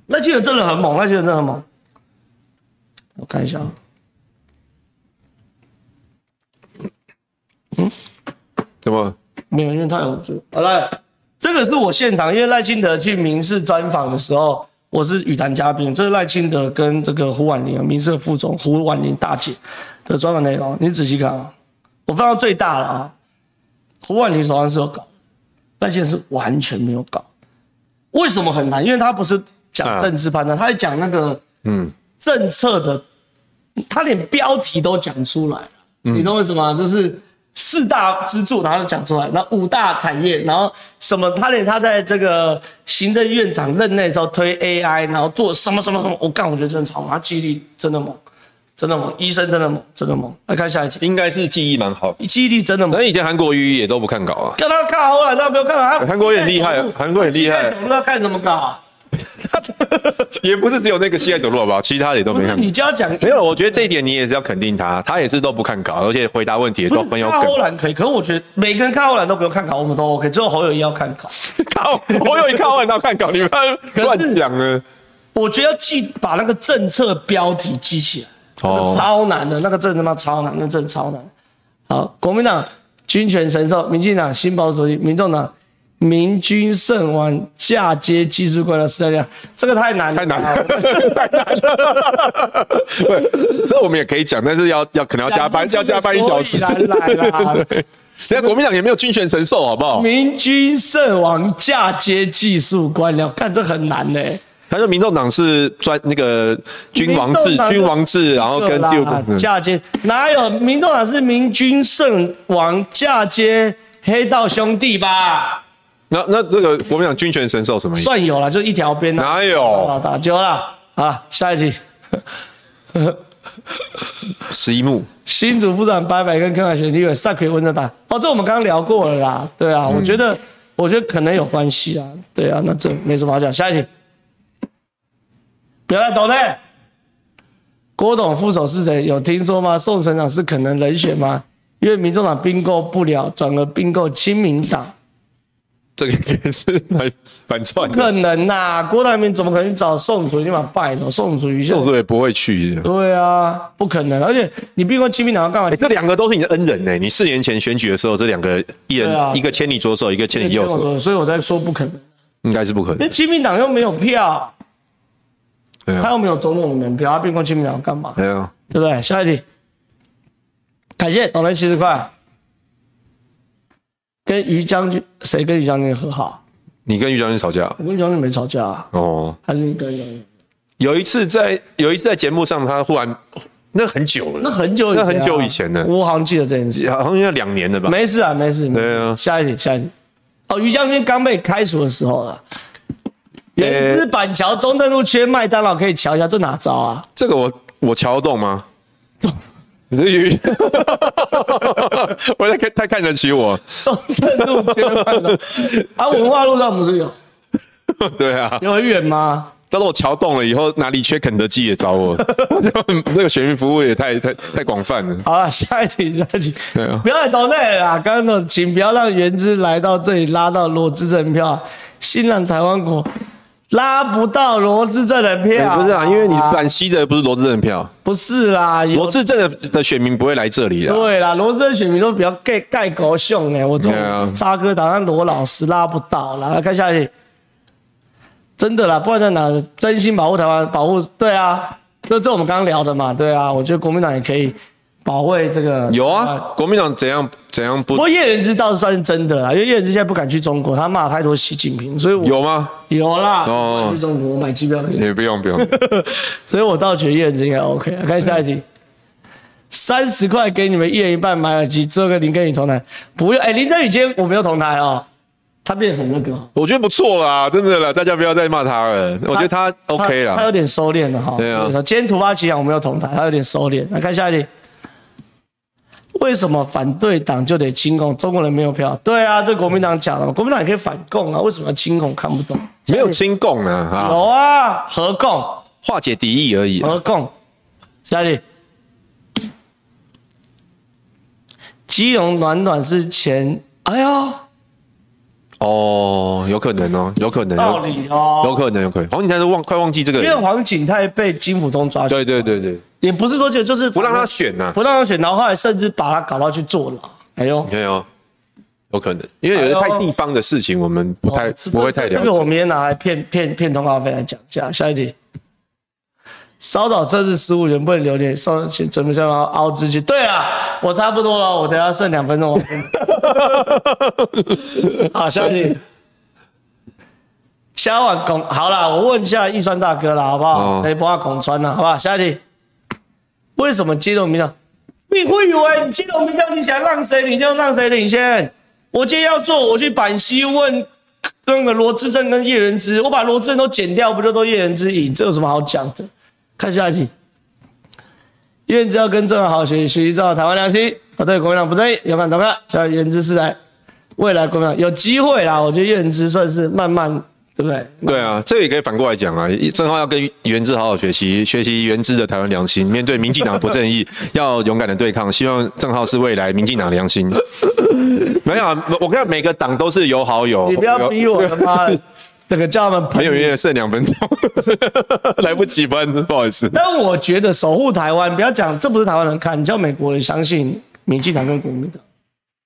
Speaker 1: 那巨人真的很猛，那巨人真的很猛。我看一下啊。
Speaker 2: 怎么？
Speaker 1: 没有，因为太无助。好来，这个是我现场，因为赖清德去民事专访的时候，我是语坛嘉宾，这是赖清德跟这个胡婉玲，民事的副总胡婉玲大姐的专访内容，你仔细看啊，我放到最大了啊。胡婉玲手上是有搞，赖清德是完全没有搞。为什么很难？因为他不是讲政治判断，他还讲那个
Speaker 2: 嗯，
Speaker 1: 政策的，他连标题都讲出来了，
Speaker 2: 嗯
Speaker 1: 你懂我意思吗？就是四大支柱，然后就讲出来，那五大产业，然后什么，他连他在这个行政院长任内的时候推 AI，然后做什么什么什么，我、干，我觉得真的超猛，他记忆力真的猛，真的猛，医生真的猛，真的猛。来看下一题，
Speaker 2: 应该是记忆蛮好。
Speaker 1: 记忆力真的猛。
Speaker 2: 那以前韩国瑜也都不看稿啊，
Speaker 1: 看他看好了，那不要看啊了。他
Speaker 2: 韩国也很厉害啊韩国也很厉害
Speaker 1: 膝盖走路要看什么搞？啊
Speaker 2: 也不是只有那个膝盖走路好不好？其他的也都
Speaker 1: 不
Speaker 2: 没
Speaker 1: 是
Speaker 2: 看过
Speaker 1: 你。就要讲
Speaker 2: 没有，我觉得这一点你也是要肯定他，他也是都不看稿，而且回答问题也
Speaker 1: 不
Speaker 2: 都
Speaker 1: 是
Speaker 2: 很有
Speaker 1: 看
Speaker 2: 梗
Speaker 1: 欧。篮可以，可是我觉得每个人看欧篮都不用看稿，我们都 OK，只有侯友谊要看稿。
Speaker 2: 靠， 我有一看完到看稿，你不要乱讲呢。
Speaker 1: 我觉得要记把那个政策标题记起来，
Speaker 2: 哦
Speaker 1: 超难的，那个真的他妈超难，那真的超难。好，国民党军权神授，民进党新保守主义，民众党明君胜王嫁接技术官僚时代力量，这个太难了，
Speaker 2: 太 难了，太难了。对，这我们也可以讲，但是要要可能要加班，要加班一小时。
Speaker 1: 所以然来 啦嗯
Speaker 2: 现在国民党也没有军权神授，好不好？
Speaker 1: 明君胜王嫁接技术官僚，看这很难呢、欸。
Speaker 2: 他说民众党是专那个君王
Speaker 1: 民
Speaker 2: 制
Speaker 1: 众，党
Speaker 2: 君王制，然后跟六
Speaker 1: 啦
Speaker 2: 个。
Speaker 1: 嫁接哪有民众党是明君圣王嫁接黑道兄弟吧？
Speaker 2: 那那这个国民党军权神授什么意思？
Speaker 1: 算有了，就一条边啦，
Speaker 2: 哪有
Speaker 1: 打打球啦。啊，下一题，
Speaker 2: 十一幕？
Speaker 1: 新主部长白白跟柯凯旋立委萨奎温的打，哦，这我们刚刚聊过了啦，对啊，我觉得，我觉得可能有关系啊，对啊，那这没什么好讲，下一题，不要来抖内，郭董副手是谁？有听说吗？宋省长是可能人选吗？因为民众党并购不了，转而并购亲民党。
Speaker 2: 这个也是来反串
Speaker 1: 不
Speaker 2: 的，
Speaker 1: 可能呐、郭台铭怎么可能去找宋楚瑜嘛拜托宋楚瑜现
Speaker 2: 动
Speaker 1: 在？
Speaker 2: 作也不会去的。
Speaker 1: 对啊，不可能。而且你逼婚亲民党要干嘛？
Speaker 2: 哎，这两个都是你的恩人呢、你四年前选举的时候，这两个一人、
Speaker 1: 对啊
Speaker 2: 一个牵你左手，一个牵你右手，哎
Speaker 1: 所以我在说不可能，
Speaker 2: 应该是不可
Speaker 1: 因
Speaker 2: 能
Speaker 1: 为。亲民党又没有票，
Speaker 2: 对
Speaker 1: 他
Speaker 2: 啊，
Speaker 1: 又没有总统的门票，他逼婚亲民党干嘛？
Speaker 2: 对啊，
Speaker 1: 对不对？下一题，感谢哦董人七十块。跟于将军谁跟于将军和好？
Speaker 2: 你跟于将军吵架
Speaker 1: 我跟于将军没吵架、啊，
Speaker 2: 哦。
Speaker 1: 还是你跟于将军？
Speaker 2: 有一次在有一次在节目上，他忽然那很久
Speaker 1: 那
Speaker 2: 了，
Speaker 1: 很久以前、啊，
Speaker 2: 那很久以前了
Speaker 1: 我好像记得这件事。
Speaker 2: 好像要两年了吧？
Speaker 1: 没事啊，没事。没事
Speaker 2: 对啊
Speaker 1: 下一题，下一题。哦，于将军刚被开除的时候了。
Speaker 2: 呃
Speaker 1: 原资板桥中正路缺麦当劳，可以瞧一下，这哪招 啊？
Speaker 2: 这个我我瞧得动吗？
Speaker 1: 中
Speaker 2: 你的鱼， 我在看太看得起我，
Speaker 1: 中正路缺麦 当劳啊，文化路上不是有
Speaker 2: 对啊。
Speaker 1: 有很远吗？
Speaker 2: 到时候我桥动了以后，哪里缺肯德基也找我， 那个选民服务也太太太广泛了。
Speaker 1: 好了，下一题，下一题。
Speaker 2: 对啊
Speaker 1: 不要来岛内啦，刚刚那种请不要让原资来到这里拉到罗志正票，啊新浪台湾国拉不到罗志正的票、
Speaker 2: 不是啊，因为你反西的不是罗志正的票，
Speaker 1: 不是啦，有
Speaker 2: 罗志正的的选民不会来这里啊的。
Speaker 1: 对啦，罗志正选民都比较盖盖狗熊哎，我这
Speaker 2: 对啊
Speaker 1: 种渣哥打算罗老师拉不到啦。来看下一题，真的啦，不管在哪，真心保护台湾，保护对啊，这这我们刚刚聊的嘛，对啊，我觉得国民党也可以保卫这个
Speaker 2: 有啊，国民党怎样怎样
Speaker 1: 不
Speaker 2: 不
Speaker 1: 过叶仁之倒是算是真的啦，因为叶仁之现在不敢去中国，他骂太多习近平，所以我
Speaker 2: 有吗？
Speaker 1: 有啦，
Speaker 2: 哦
Speaker 1: 不敢去中国我买机票给你，
Speaker 2: 也不 用不用，
Speaker 1: 所以我倒觉得叶仁之应该 OK 啊。看下一题，三十块给你们一人一半买耳机，这个林跟你同台，不用哎、林振宇今天我没有同台哦，他变得很那个哦，
Speaker 2: 我觉得不错啦，真的啦，大家不要再骂他了，我觉得他 OK
Speaker 1: 他他有
Speaker 2: 啦。
Speaker 1: 点收敛了哈。
Speaker 2: 对啊
Speaker 1: 今天突发奇想我没有同台，他有点收敛。来看下一题。为什么反对党就得亲共？中国人没有票？对啊，这国民党讲了嘛，国民党也可以反共啊，为什么要亲共？看不懂。
Speaker 2: 没有亲共啊，啊，
Speaker 1: 有啊，合共
Speaker 2: 化解敌意而已啊。
Speaker 1: 合共，下一题。基隆暖暖是前，哎呦，
Speaker 2: 哦，有可能哦，有可能，
Speaker 1: 道
Speaker 2: 有
Speaker 1: 理哦，
Speaker 2: 有可能，有可能。黄景泰都忘快忘记这个
Speaker 1: 因为
Speaker 2: 人，
Speaker 1: 黄景泰被金溥聪抓去，
Speaker 2: 对对对对，
Speaker 1: 也不是说就就是
Speaker 2: 不让他选啊呐、
Speaker 1: 不让他选，然后后来甚至把他搞到去坐牢。哎呦，
Speaker 2: 没有，啊有可能，因为有些太地方的事情，我们不太、
Speaker 1: 哎哦是
Speaker 2: 不会太了
Speaker 1: 这个
Speaker 2: 解。
Speaker 1: 我们也拿来骗骗骗通告费来讲一下。下一题，稍早测试十五元不能留点，上请准备下方凹自己。对啊，我差不多了，我等一下剩两分钟。我跟你 好，下一题。敲碗拱好啦，我问一下玉川大哥啦，好不好
Speaker 2: 哦？
Speaker 1: 谁不怕拱川啦，好不好？下一题，为什么基隆民调？你会以为你基隆民调你想让谁领先就让谁领先？我今天要做，我去板西问那个罗志正跟叶仁之，我把罗志正都剪掉，不就都叶仁之赢？这有什么好讲的？看下一题，叶仁之要跟郑好好学习，学习照台湾良心。啊，对，国民党不对，有感同感。叫叶仁之是来未来国民党有机会啦，我觉得叶仁之算是慢慢，对不对？
Speaker 2: 对啊，这个也可以反过来讲啊。正浩要跟原志好好学习，学习原志的台湾良心，面对民进党不正义， 要勇敢的对抗。希望正浩是未来民进党良心。 没有、啊，我看每个党都是有好友。
Speaker 1: 你不要逼我他妈的，这个叫他们朋
Speaker 2: 没
Speaker 1: 友
Speaker 2: 有，。因为剩两分钟， 来不及分，不好意思。
Speaker 1: 但我觉得守护台湾，不要讲这不是台湾人看，你叫美国人相信民进党跟国民党，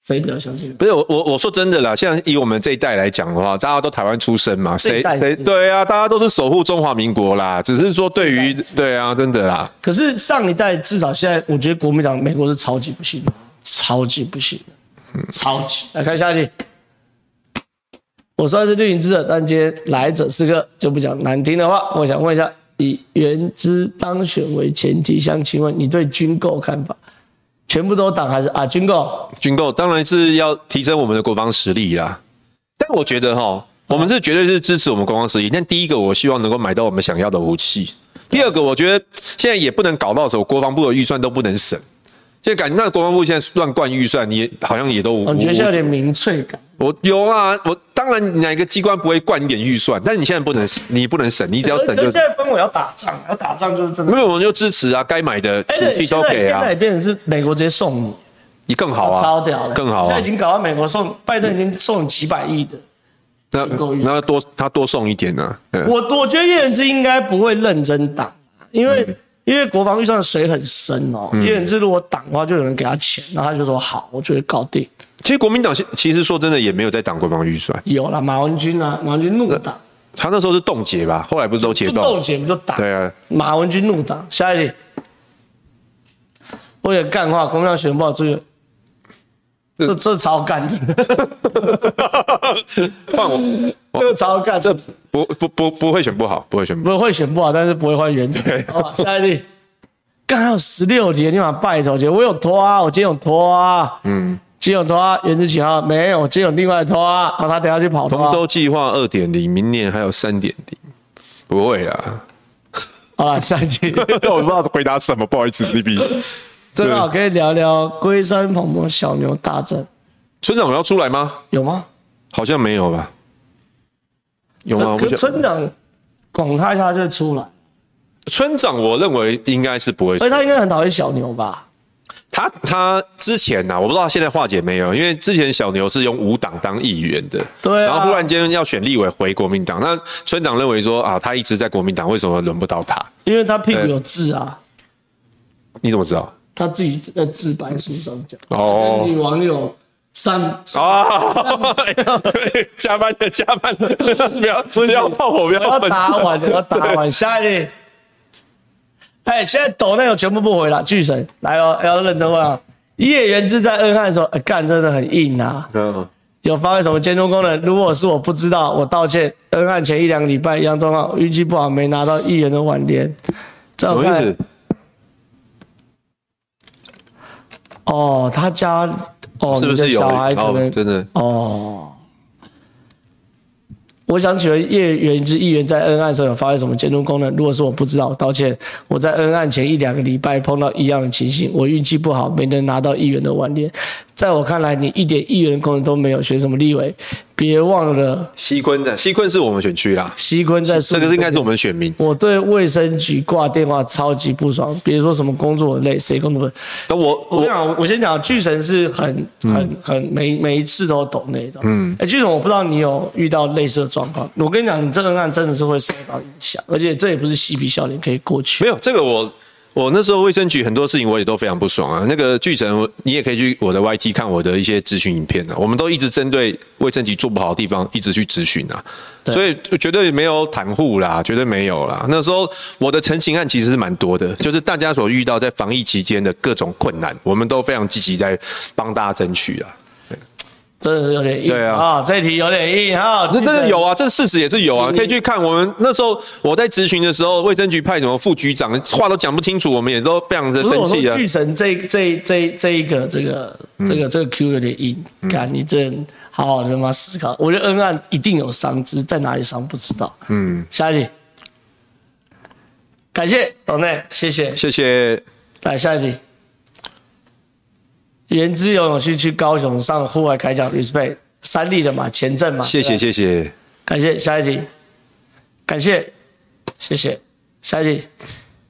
Speaker 1: 谁比较相信？
Speaker 2: 不是我我我说真的啦，像以我们这一代来讲的话，大家都台湾出身嘛，
Speaker 1: 这一
Speaker 2: 谁
Speaker 1: 代
Speaker 2: 谁
Speaker 1: 是
Speaker 2: 对啊，大家都是守护中华民国啦，只是说对于对啊，真的啦，
Speaker 1: 可是上一代至少现在，我觉得国民党美国是超级不信的，超级不信的，超级。来看下一题，我算是绿营之者，但今天来者是客，就不讲难听的话。我想问一下，以原资当选为前提，想请问你对军购看法？全部都党还是啊？军购
Speaker 2: 军购当然是要提升我们的国防实力啦。但我觉得哈，我们是绝对是支持我们国防实力。但第一个，我希望能够买到我们想要的武器；第二个，我觉得现在也不能搞到什么国防部的预算都不能省。现在感那国防部现在乱灌预算，你也好像也都无。
Speaker 1: 我哦觉得现在有点民粹感。
Speaker 2: 我有啊，我当然哪个机关不会灌一点预算，但你现在不能，你不能省，你只要
Speaker 1: 可
Speaker 2: 省
Speaker 1: 是
Speaker 2: 就
Speaker 1: 现在氛围要打仗，要打仗就是真的
Speaker 2: 没。有，我们就支持啊，该买的
Speaker 1: 哎，对，
Speaker 2: 必
Speaker 1: 现
Speaker 2: 都
Speaker 1: 在
Speaker 2: 给
Speaker 1: 现
Speaker 2: 啊
Speaker 1: 在，也变成是美国直接送你，
Speaker 2: 你更好啊，
Speaker 1: 超屌的，
Speaker 2: 更好
Speaker 1: 现在
Speaker 2: 啊
Speaker 1: 已，经搞到美国送拜登已经送你几百亿的，
Speaker 2: 那那要多他多送一点呢、啊。嗯
Speaker 1: 我我觉得叶仁之应该不会认真挡，啊因
Speaker 2: 嗯
Speaker 1: 为、因为国防预算的水很深哦。叶仁之如果挡的话，就有人给他钱，然后他就说好，我就会搞定。
Speaker 2: 其实国民党现其实说真的也没有在挡国防预算，
Speaker 1: 有了马文君啊，马文君怒挡，
Speaker 2: 他那时候是冻结吧，后来不是都解
Speaker 1: 不
Speaker 2: 冻
Speaker 1: 冻？结不就打？
Speaker 2: 对啊，
Speaker 1: 马文君怒打。下一题，为了干话，国民党选不好这个，这这超干的，
Speaker 2: 换我，
Speaker 1: 这超干，这
Speaker 2: 不不不不会选不好，不会选不好。
Speaker 1: 不会选不好，但是不会换原则
Speaker 2: 对。
Speaker 1: 好吧，下一题。干还有十六节，你把拜托节，我有拖啊，我今天有拖啊，嗯，今天有拖啊，原子几号没有，我今天有另外拖啊，然后他等下去跑拖、
Speaker 2: 丰
Speaker 1: 啊。
Speaker 2: 收计划二点零，明年还有三点零，不会啦。
Speaker 1: 好了，下一 题，
Speaker 2: 我不知道回答什么，不好意思，CB。
Speaker 1: 正好可以聊聊龟山蓬勃小牛大战
Speaker 2: 村长有要出来吗？
Speaker 1: 有吗？
Speaker 2: 好像没有吧？有吗？
Speaker 1: 可
Speaker 2: 我
Speaker 1: 可
Speaker 2: 想
Speaker 1: 村长广他一下就会出来，
Speaker 2: 村长，我认为应该是不会出
Speaker 1: 而且他应该很讨厌小牛吧？
Speaker 2: 他他之前呐、我不知道他现在化解没有，因为之前小牛是用五党当议员的，
Speaker 1: 对啊
Speaker 2: 然后忽然间要选立委回国民党，那村长认为说啊，他一直在国民党，为什么轮不到他？
Speaker 1: 因为他屁股有痣啊，
Speaker 2: 你怎么知道？
Speaker 1: 他自己在自白书上讲，
Speaker 2: 哦
Speaker 1: 女网友上
Speaker 2: 啊！加班的加班的，不要不要炮火，不
Speaker 1: 要
Speaker 2: 要喷
Speaker 1: 打完，要打完，下一题。哎，现在抖内有全部不回了，巨神来哦，要认真问啊。叶元之在二汉的时候，哎干、真的很硬啊，
Speaker 2: 嗯，
Speaker 1: 有发挥什么监督功能？如果是我不知道，我道歉。二汉前一两个礼拜，杨忠浩运气不好，没拿到议员的挽联。这
Speaker 2: 什
Speaker 1: 我
Speaker 2: 么意
Speaker 1: 看
Speaker 2: 思？
Speaker 1: 哦，他家哦，
Speaker 2: 是不
Speaker 1: 你的
Speaker 2: 是有？
Speaker 1: 小孩可能
Speaker 2: 哦，真的
Speaker 1: 哦，我想请问叶元之议员在恩案时候有发挥什么监督功能？如果是我不知道，道歉。我在恩案前一两个礼拜碰到一样的情形，我运气不好，没能拿到议员的挽联。在我看来，你一点议员的功能都没有，学什么立委？别忘了
Speaker 2: 西昆的西昆是我们选区啦，
Speaker 1: 西昆在
Speaker 2: 这个应该是我们选民。
Speaker 1: 我对卫生局挂电话超级不爽，别说什么工作很累，谁工作不累？
Speaker 2: 那我
Speaker 1: 我跟你
Speaker 2: 我
Speaker 1: 讲，我先讲，巨神是很
Speaker 2: 嗯
Speaker 1: 很很每每一次都懂那种。嗯，哎，巨神，我不知道你有遇到类似的状况。我跟你讲，你这个案真的是会受到影响，而且这也不是嬉皮笑脸可以过去。
Speaker 2: 没有这个我。我那时候卫生局很多事情我也都非常不爽啊。那个巨城，你也可以去我的 YT 看我的一些咨询影片啊。我们都一直针对卫生局做不好的地方一直去咨询啊，所以绝对没有袒护啦，绝对没有啦。那时候我的陈情案其实是蛮多的，就是大家所遇到在防疫期间的各种困难，我们都非常积极在帮大家争取啊。
Speaker 1: 真的是有点硬。
Speaker 2: 对啊
Speaker 1: 这题有点硬啊，
Speaker 2: 这真的
Speaker 1: 巨神
Speaker 2: 有啊，这事实也是有啊，可以去看。我们那时候我在咨询的时候，卫生局派什么副局长，话都讲不清楚，我们也都非常的
Speaker 1: 不是
Speaker 2: 生
Speaker 1: 我
Speaker 2: 气啊
Speaker 1: 说。
Speaker 2: 嗯
Speaker 1: 巨神这这这这一个这个这个这个 Q 有点硬，看你这人好好的妈思考。我觉得恩案一定有伤，只是在哪里伤不知道。嗯，下一题，感谢董内，谢谢。
Speaker 2: 谢谢。
Speaker 1: 来下一题。言之有勇气去高雄上户外开讲，respect 三立的嘛，前阵嘛，
Speaker 2: 谢
Speaker 1: 对吧，
Speaker 2: 谢谢 谢。
Speaker 1: 感谢下一题，感谢，谢谢，下一题。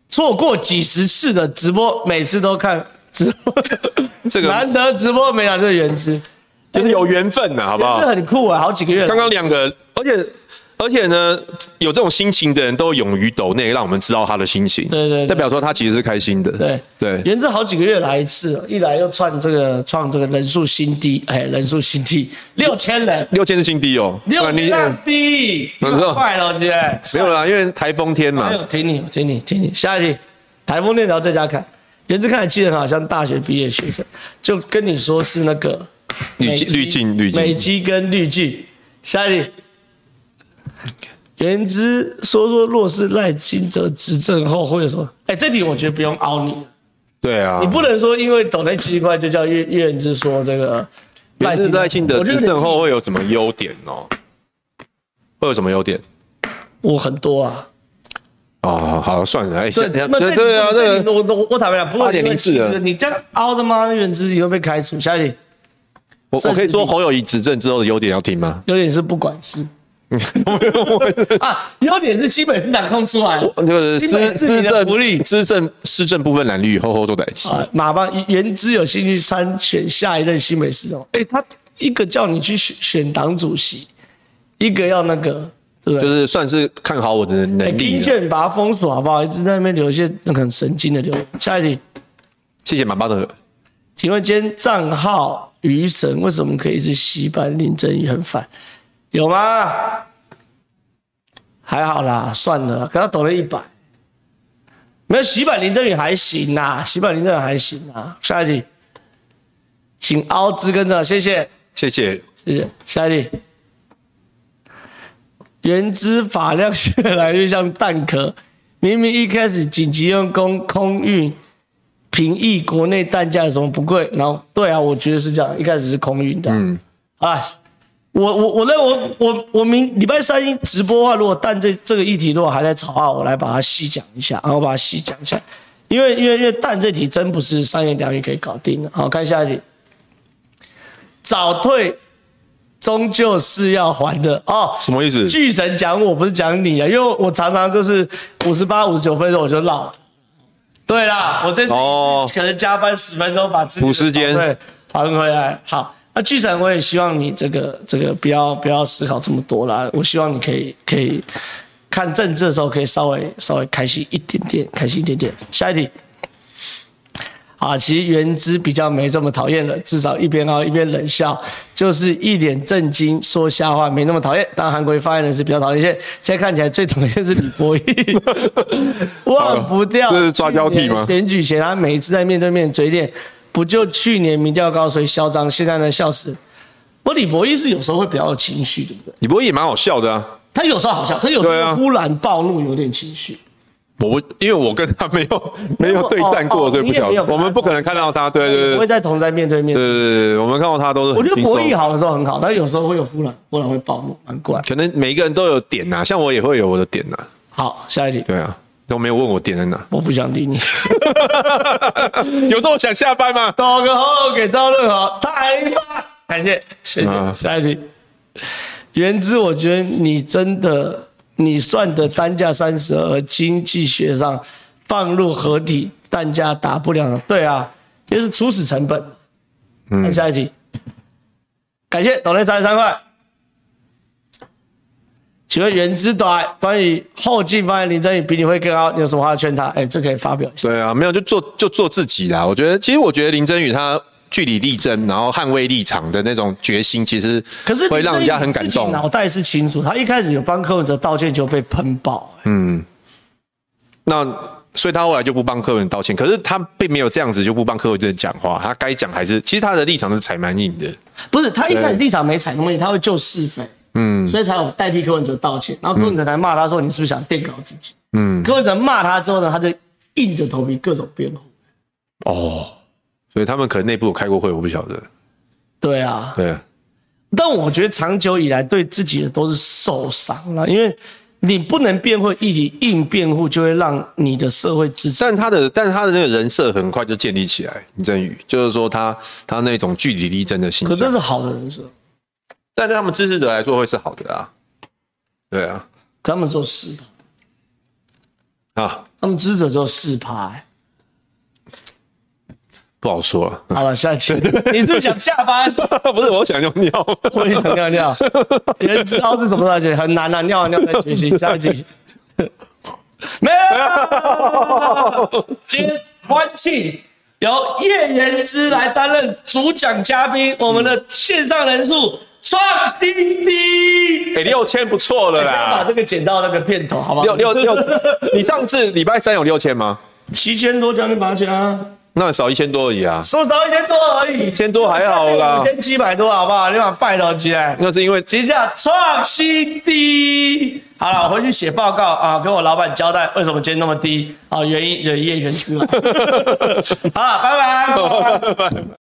Speaker 1: 错过几十次的直播，每次都看直播，
Speaker 2: 这个
Speaker 1: 难得直播没来就是原汁，
Speaker 2: 就是有缘分呐、好 不好
Speaker 1: 这？很酷啊，好几个月了
Speaker 2: 刚。刚两个，而且而且呢，有这种心情的人都勇于抖内，让我们知道他的心情。
Speaker 1: 对对对
Speaker 2: 代表说他其实是开心的。
Speaker 1: 对
Speaker 2: 对，
Speaker 1: 原汁好几个月来一次，一来又创这个创这个人数新低，哎，人数新低，六千人，
Speaker 2: 六千是新低哦。
Speaker 1: 六
Speaker 2: 啊
Speaker 1: 千
Speaker 2: 你
Speaker 1: 人低，
Speaker 2: 我知道
Speaker 1: 快了，姐，
Speaker 2: 没有啦，因为台风天嘛
Speaker 1: 没。有，听你，听你，听你。下一题，台风链条在家看，颜值看起来气得很好像大学毕业学生，就跟你说是那个美
Speaker 2: 滤镜滤
Speaker 1: 肌
Speaker 2: 镜滤
Speaker 1: 美
Speaker 2: 镜。
Speaker 1: 肌跟滤镜。下一题，原之说说若是赖清德执政后会有什么？哎，这题我觉得不用凹
Speaker 2: 嗯
Speaker 1: 你，
Speaker 2: 对啊。
Speaker 1: 你不能说因为懂得奇怪就叫岳岳原之说这个
Speaker 2: 原是赖清德
Speaker 1: 我觉
Speaker 2: 执
Speaker 1: 得
Speaker 2: 政后会有什么优点哦？会有什么优点？
Speaker 1: 我很多啊，
Speaker 2: 哦，好，算了，哎，
Speaker 1: 对，
Speaker 2: 现
Speaker 1: 那
Speaker 2: 在
Speaker 1: 这
Speaker 2: 对对啊，这个
Speaker 1: 我我我坦白讲，不过因为
Speaker 2: 8.04了
Speaker 1: 其实你这样凹的吗？原之你会被开除。下一题。
Speaker 2: 我我可
Speaker 1: 算
Speaker 2: 以
Speaker 1: 是
Speaker 2: 说侯友谊执政之后的优点要听 吗？
Speaker 1: 有点是不管事。啊，有点是西北市长控出来了
Speaker 2: 那个施
Speaker 1: 你每次
Speaker 2: 施
Speaker 1: 你的
Speaker 2: 政
Speaker 1: 福利
Speaker 2: 施政施政部分蓝绿厚厚都在一起。
Speaker 1: 啊。马帮原之有兴趣参选下一任新北市长，哎、他一个叫你去选选党主席，一个要那个，对不对？
Speaker 2: 就是啊算是看好我的
Speaker 1: 哎，
Speaker 2: 能力
Speaker 1: 听
Speaker 2: 了。
Speaker 1: 见把它封锁好不好？一直在那边留一些那个很神经的留言。下一题，
Speaker 2: 谢谢马巴的，
Speaker 1: 请问今天账号鱼神为什么可以是洗版林正宇很烦？有吗？还好啦，算了，给他抖了一百。没有洗版林正宇还行啦，洗版林正宇还行啦。下一题，请凹之跟着，谢谢。
Speaker 2: 谢谢。
Speaker 1: 谢谢，下一题。原汁法量越来越像蛋壳，明明一开始紧急用空空运平抑国内蛋价什么不贵，然后对啊，我觉得是这样，一开始是空运的，嗯，啊，我我我那我我我明礼拜三一直播的话，如果蛋这这个议题如果还在吵啊，我来把它细讲一下，然后把它细讲一下，因为因为因为蛋这题真不是三言两语可以搞定的。好，看下一题，早退终究是要还的哦。
Speaker 2: 什么意思？
Speaker 1: 巨神讲我不是讲你啊，因为我常常就是五十八、五十九分钟我就绕了。对啦，我这次
Speaker 2: 哦
Speaker 1: 可能加班十分钟把自己的
Speaker 2: 补时间
Speaker 1: 对还回来。好，那巨神我也希望你这个这个不要不要思考这么多啦，我希望你可以可以看政治的时候可以稍微稍微开心一点点，开心一点点。下一题。啊，其实原之比较没这么讨厌了，至少一边凹一边冷笑，就是一脸震惊说瞎话，没那么讨厌。但韩国瑜发言人是比较讨厌一些，现在看起来最讨厌是李博义，忘不掉。
Speaker 2: 哦这是抓交替吗
Speaker 1: 去年选举前他每一次在面对面嘴脸，不就去年民调高所以嚣张，现在呢笑死。我李博义是有时候会比较有情绪，对不对？
Speaker 2: 你不会也蛮好笑的啊？
Speaker 1: 他有时候好笑，可是有时
Speaker 2: 对
Speaker 1: 候
Speaker 2: 啊
Speaker 1: 忽然暴怒，有点情绪。
Speaker 2: 我不，因为我跟他没有没有对战
Speaker 1: 哦哦
Speaker 2: 过，所以不晓
Speaker 1: 你也没有跟
Speaker 2: 得。
Speaker 1: 他
Speaker 2: 我们不可能看到他，对对
Speaker 1: 不
Speaker 2: 对
Speaker 1: 会在同在面对面。
Speaker 2: 对对对，我们看到他都是
Speaker 1: 我
Speaker 2: 很
Speaker 1: 觉得
Speaker 2: 轻
Speaker 1: 博弈
Speaker 2: 松。
Speaker 1: 好的时候很好，但有时候会有忽然忽然会暴怒，蛮怪。
Speaker 2: 啊可能每一个人都有点呐、像我也会有我的点呐、啊
Speaker 1: 好，下一题，。
Speaker 2: 对啊，都没有问我点在哪
Speaker 1: 我不想理你。
Speaker 2: 有这种想下班吗？
Speaker 1: 抖个喉咙给赵乐豪，太棒！感谢，谢谢。
Speaker 2: 嗯
Speaker 1: 下一题，原之，我觉得你真的，你算的单价三十二，经济学上放入合体单价打不了，对啊，就是初始成本。看下一题，感谢董内三十三块。请问原之短关于后进发言林真宇比你会更高，你有什么话劝他？哎、这可以发表一下。
Speaker 2: 对啊，没有就做就做自己啦。我觉得，其实我觉得林真宇他据理力争，然后捍卫立场的那种决心，其实
Speaker 1: 可是
Speaker 2: 会让人家很感
Speaker 1: 自己
Speaker 2: 动。
Speaker 1: 脑袋是清楚，他一开始有帮柯文哲道歉就被喷爆、
Speaker 2: 嗯
Speaker 1: 欸
Speaker 2: 那所以他后来就不帮柯文哲道歉，可是他并没有这样子就不帮柯文哲讲话，他该讲还是其实他的立场是踩蛮硬的。
Speaker 1: 不是他一开始立场没踩那么硬，他会救是非，嗯，所以才有代替柯文哲道歉，然后柯文哲才骂他说你是不是想垫高自己，嗯，柯文哲骂他之后呢，他就硬着头皮各种辩护，
Speaker 2: 哦，所以他们可能内部有开过会，我不晓得。
Speaker 1: 对啊，
Speaker 2: 对啊，
Speaker 1: 但我觉得长久以来对自己的都是受伤了，因为你不能辩护一体硬辩护，就会让你的社会支持。
Speaker 2: 但他的但他的那个人设很快就建立起来，林振宇就是说他他那种据理力争的形
Speaker 1: 可
Speaker 2: 象，
Speaker 1: 这是好的人设，
Speaker 2: 但对他们支持者来说会是好的啊。对啊，
Speaker 1: 可他们做四趴，
Speaker 2: 啊，
Speaker 1: 他们支持者只有四趴、欸
Speaker 2: 不好说了。
Speaker 1: 好了，下一题。你是不是想下班？
Speaker 2: 不是，我想尿 尿。
Speaker 1: 我也想尿尿。有人知道是什么感觉？很难啊，尿完尿再学习。下一 题。没有。今天欢庆由叶元之来担任主讲嘉宾，我们的线上人数创新低。
Speaker 2: 哎、六千不错了
Speaker 1: 把
Speaker 2: 啦。
Speaker 1: 这个剪到那个片头，哎好不好？
Speaker 2: 啊六六六，你上次礼拜三有六千吗？
Speaker 1: 七千多将近八千啊，
Speaker 2: 那少一千多而已啊。
Speaker 1: 收少一千多而已，一
Speaker 2: 千多还好啦
Speaker 1: 五千七百多，好不好？你把拜托起来。
Speaker 2: 那是因为
Speaker 1: 今天叫创新低。好了，我回去写报告啊，跟我老板交代为什么哦今天那么低啊，原因就是叶源之嘛。好了，拜拜拜拜。
Speaker 2: 拜拜。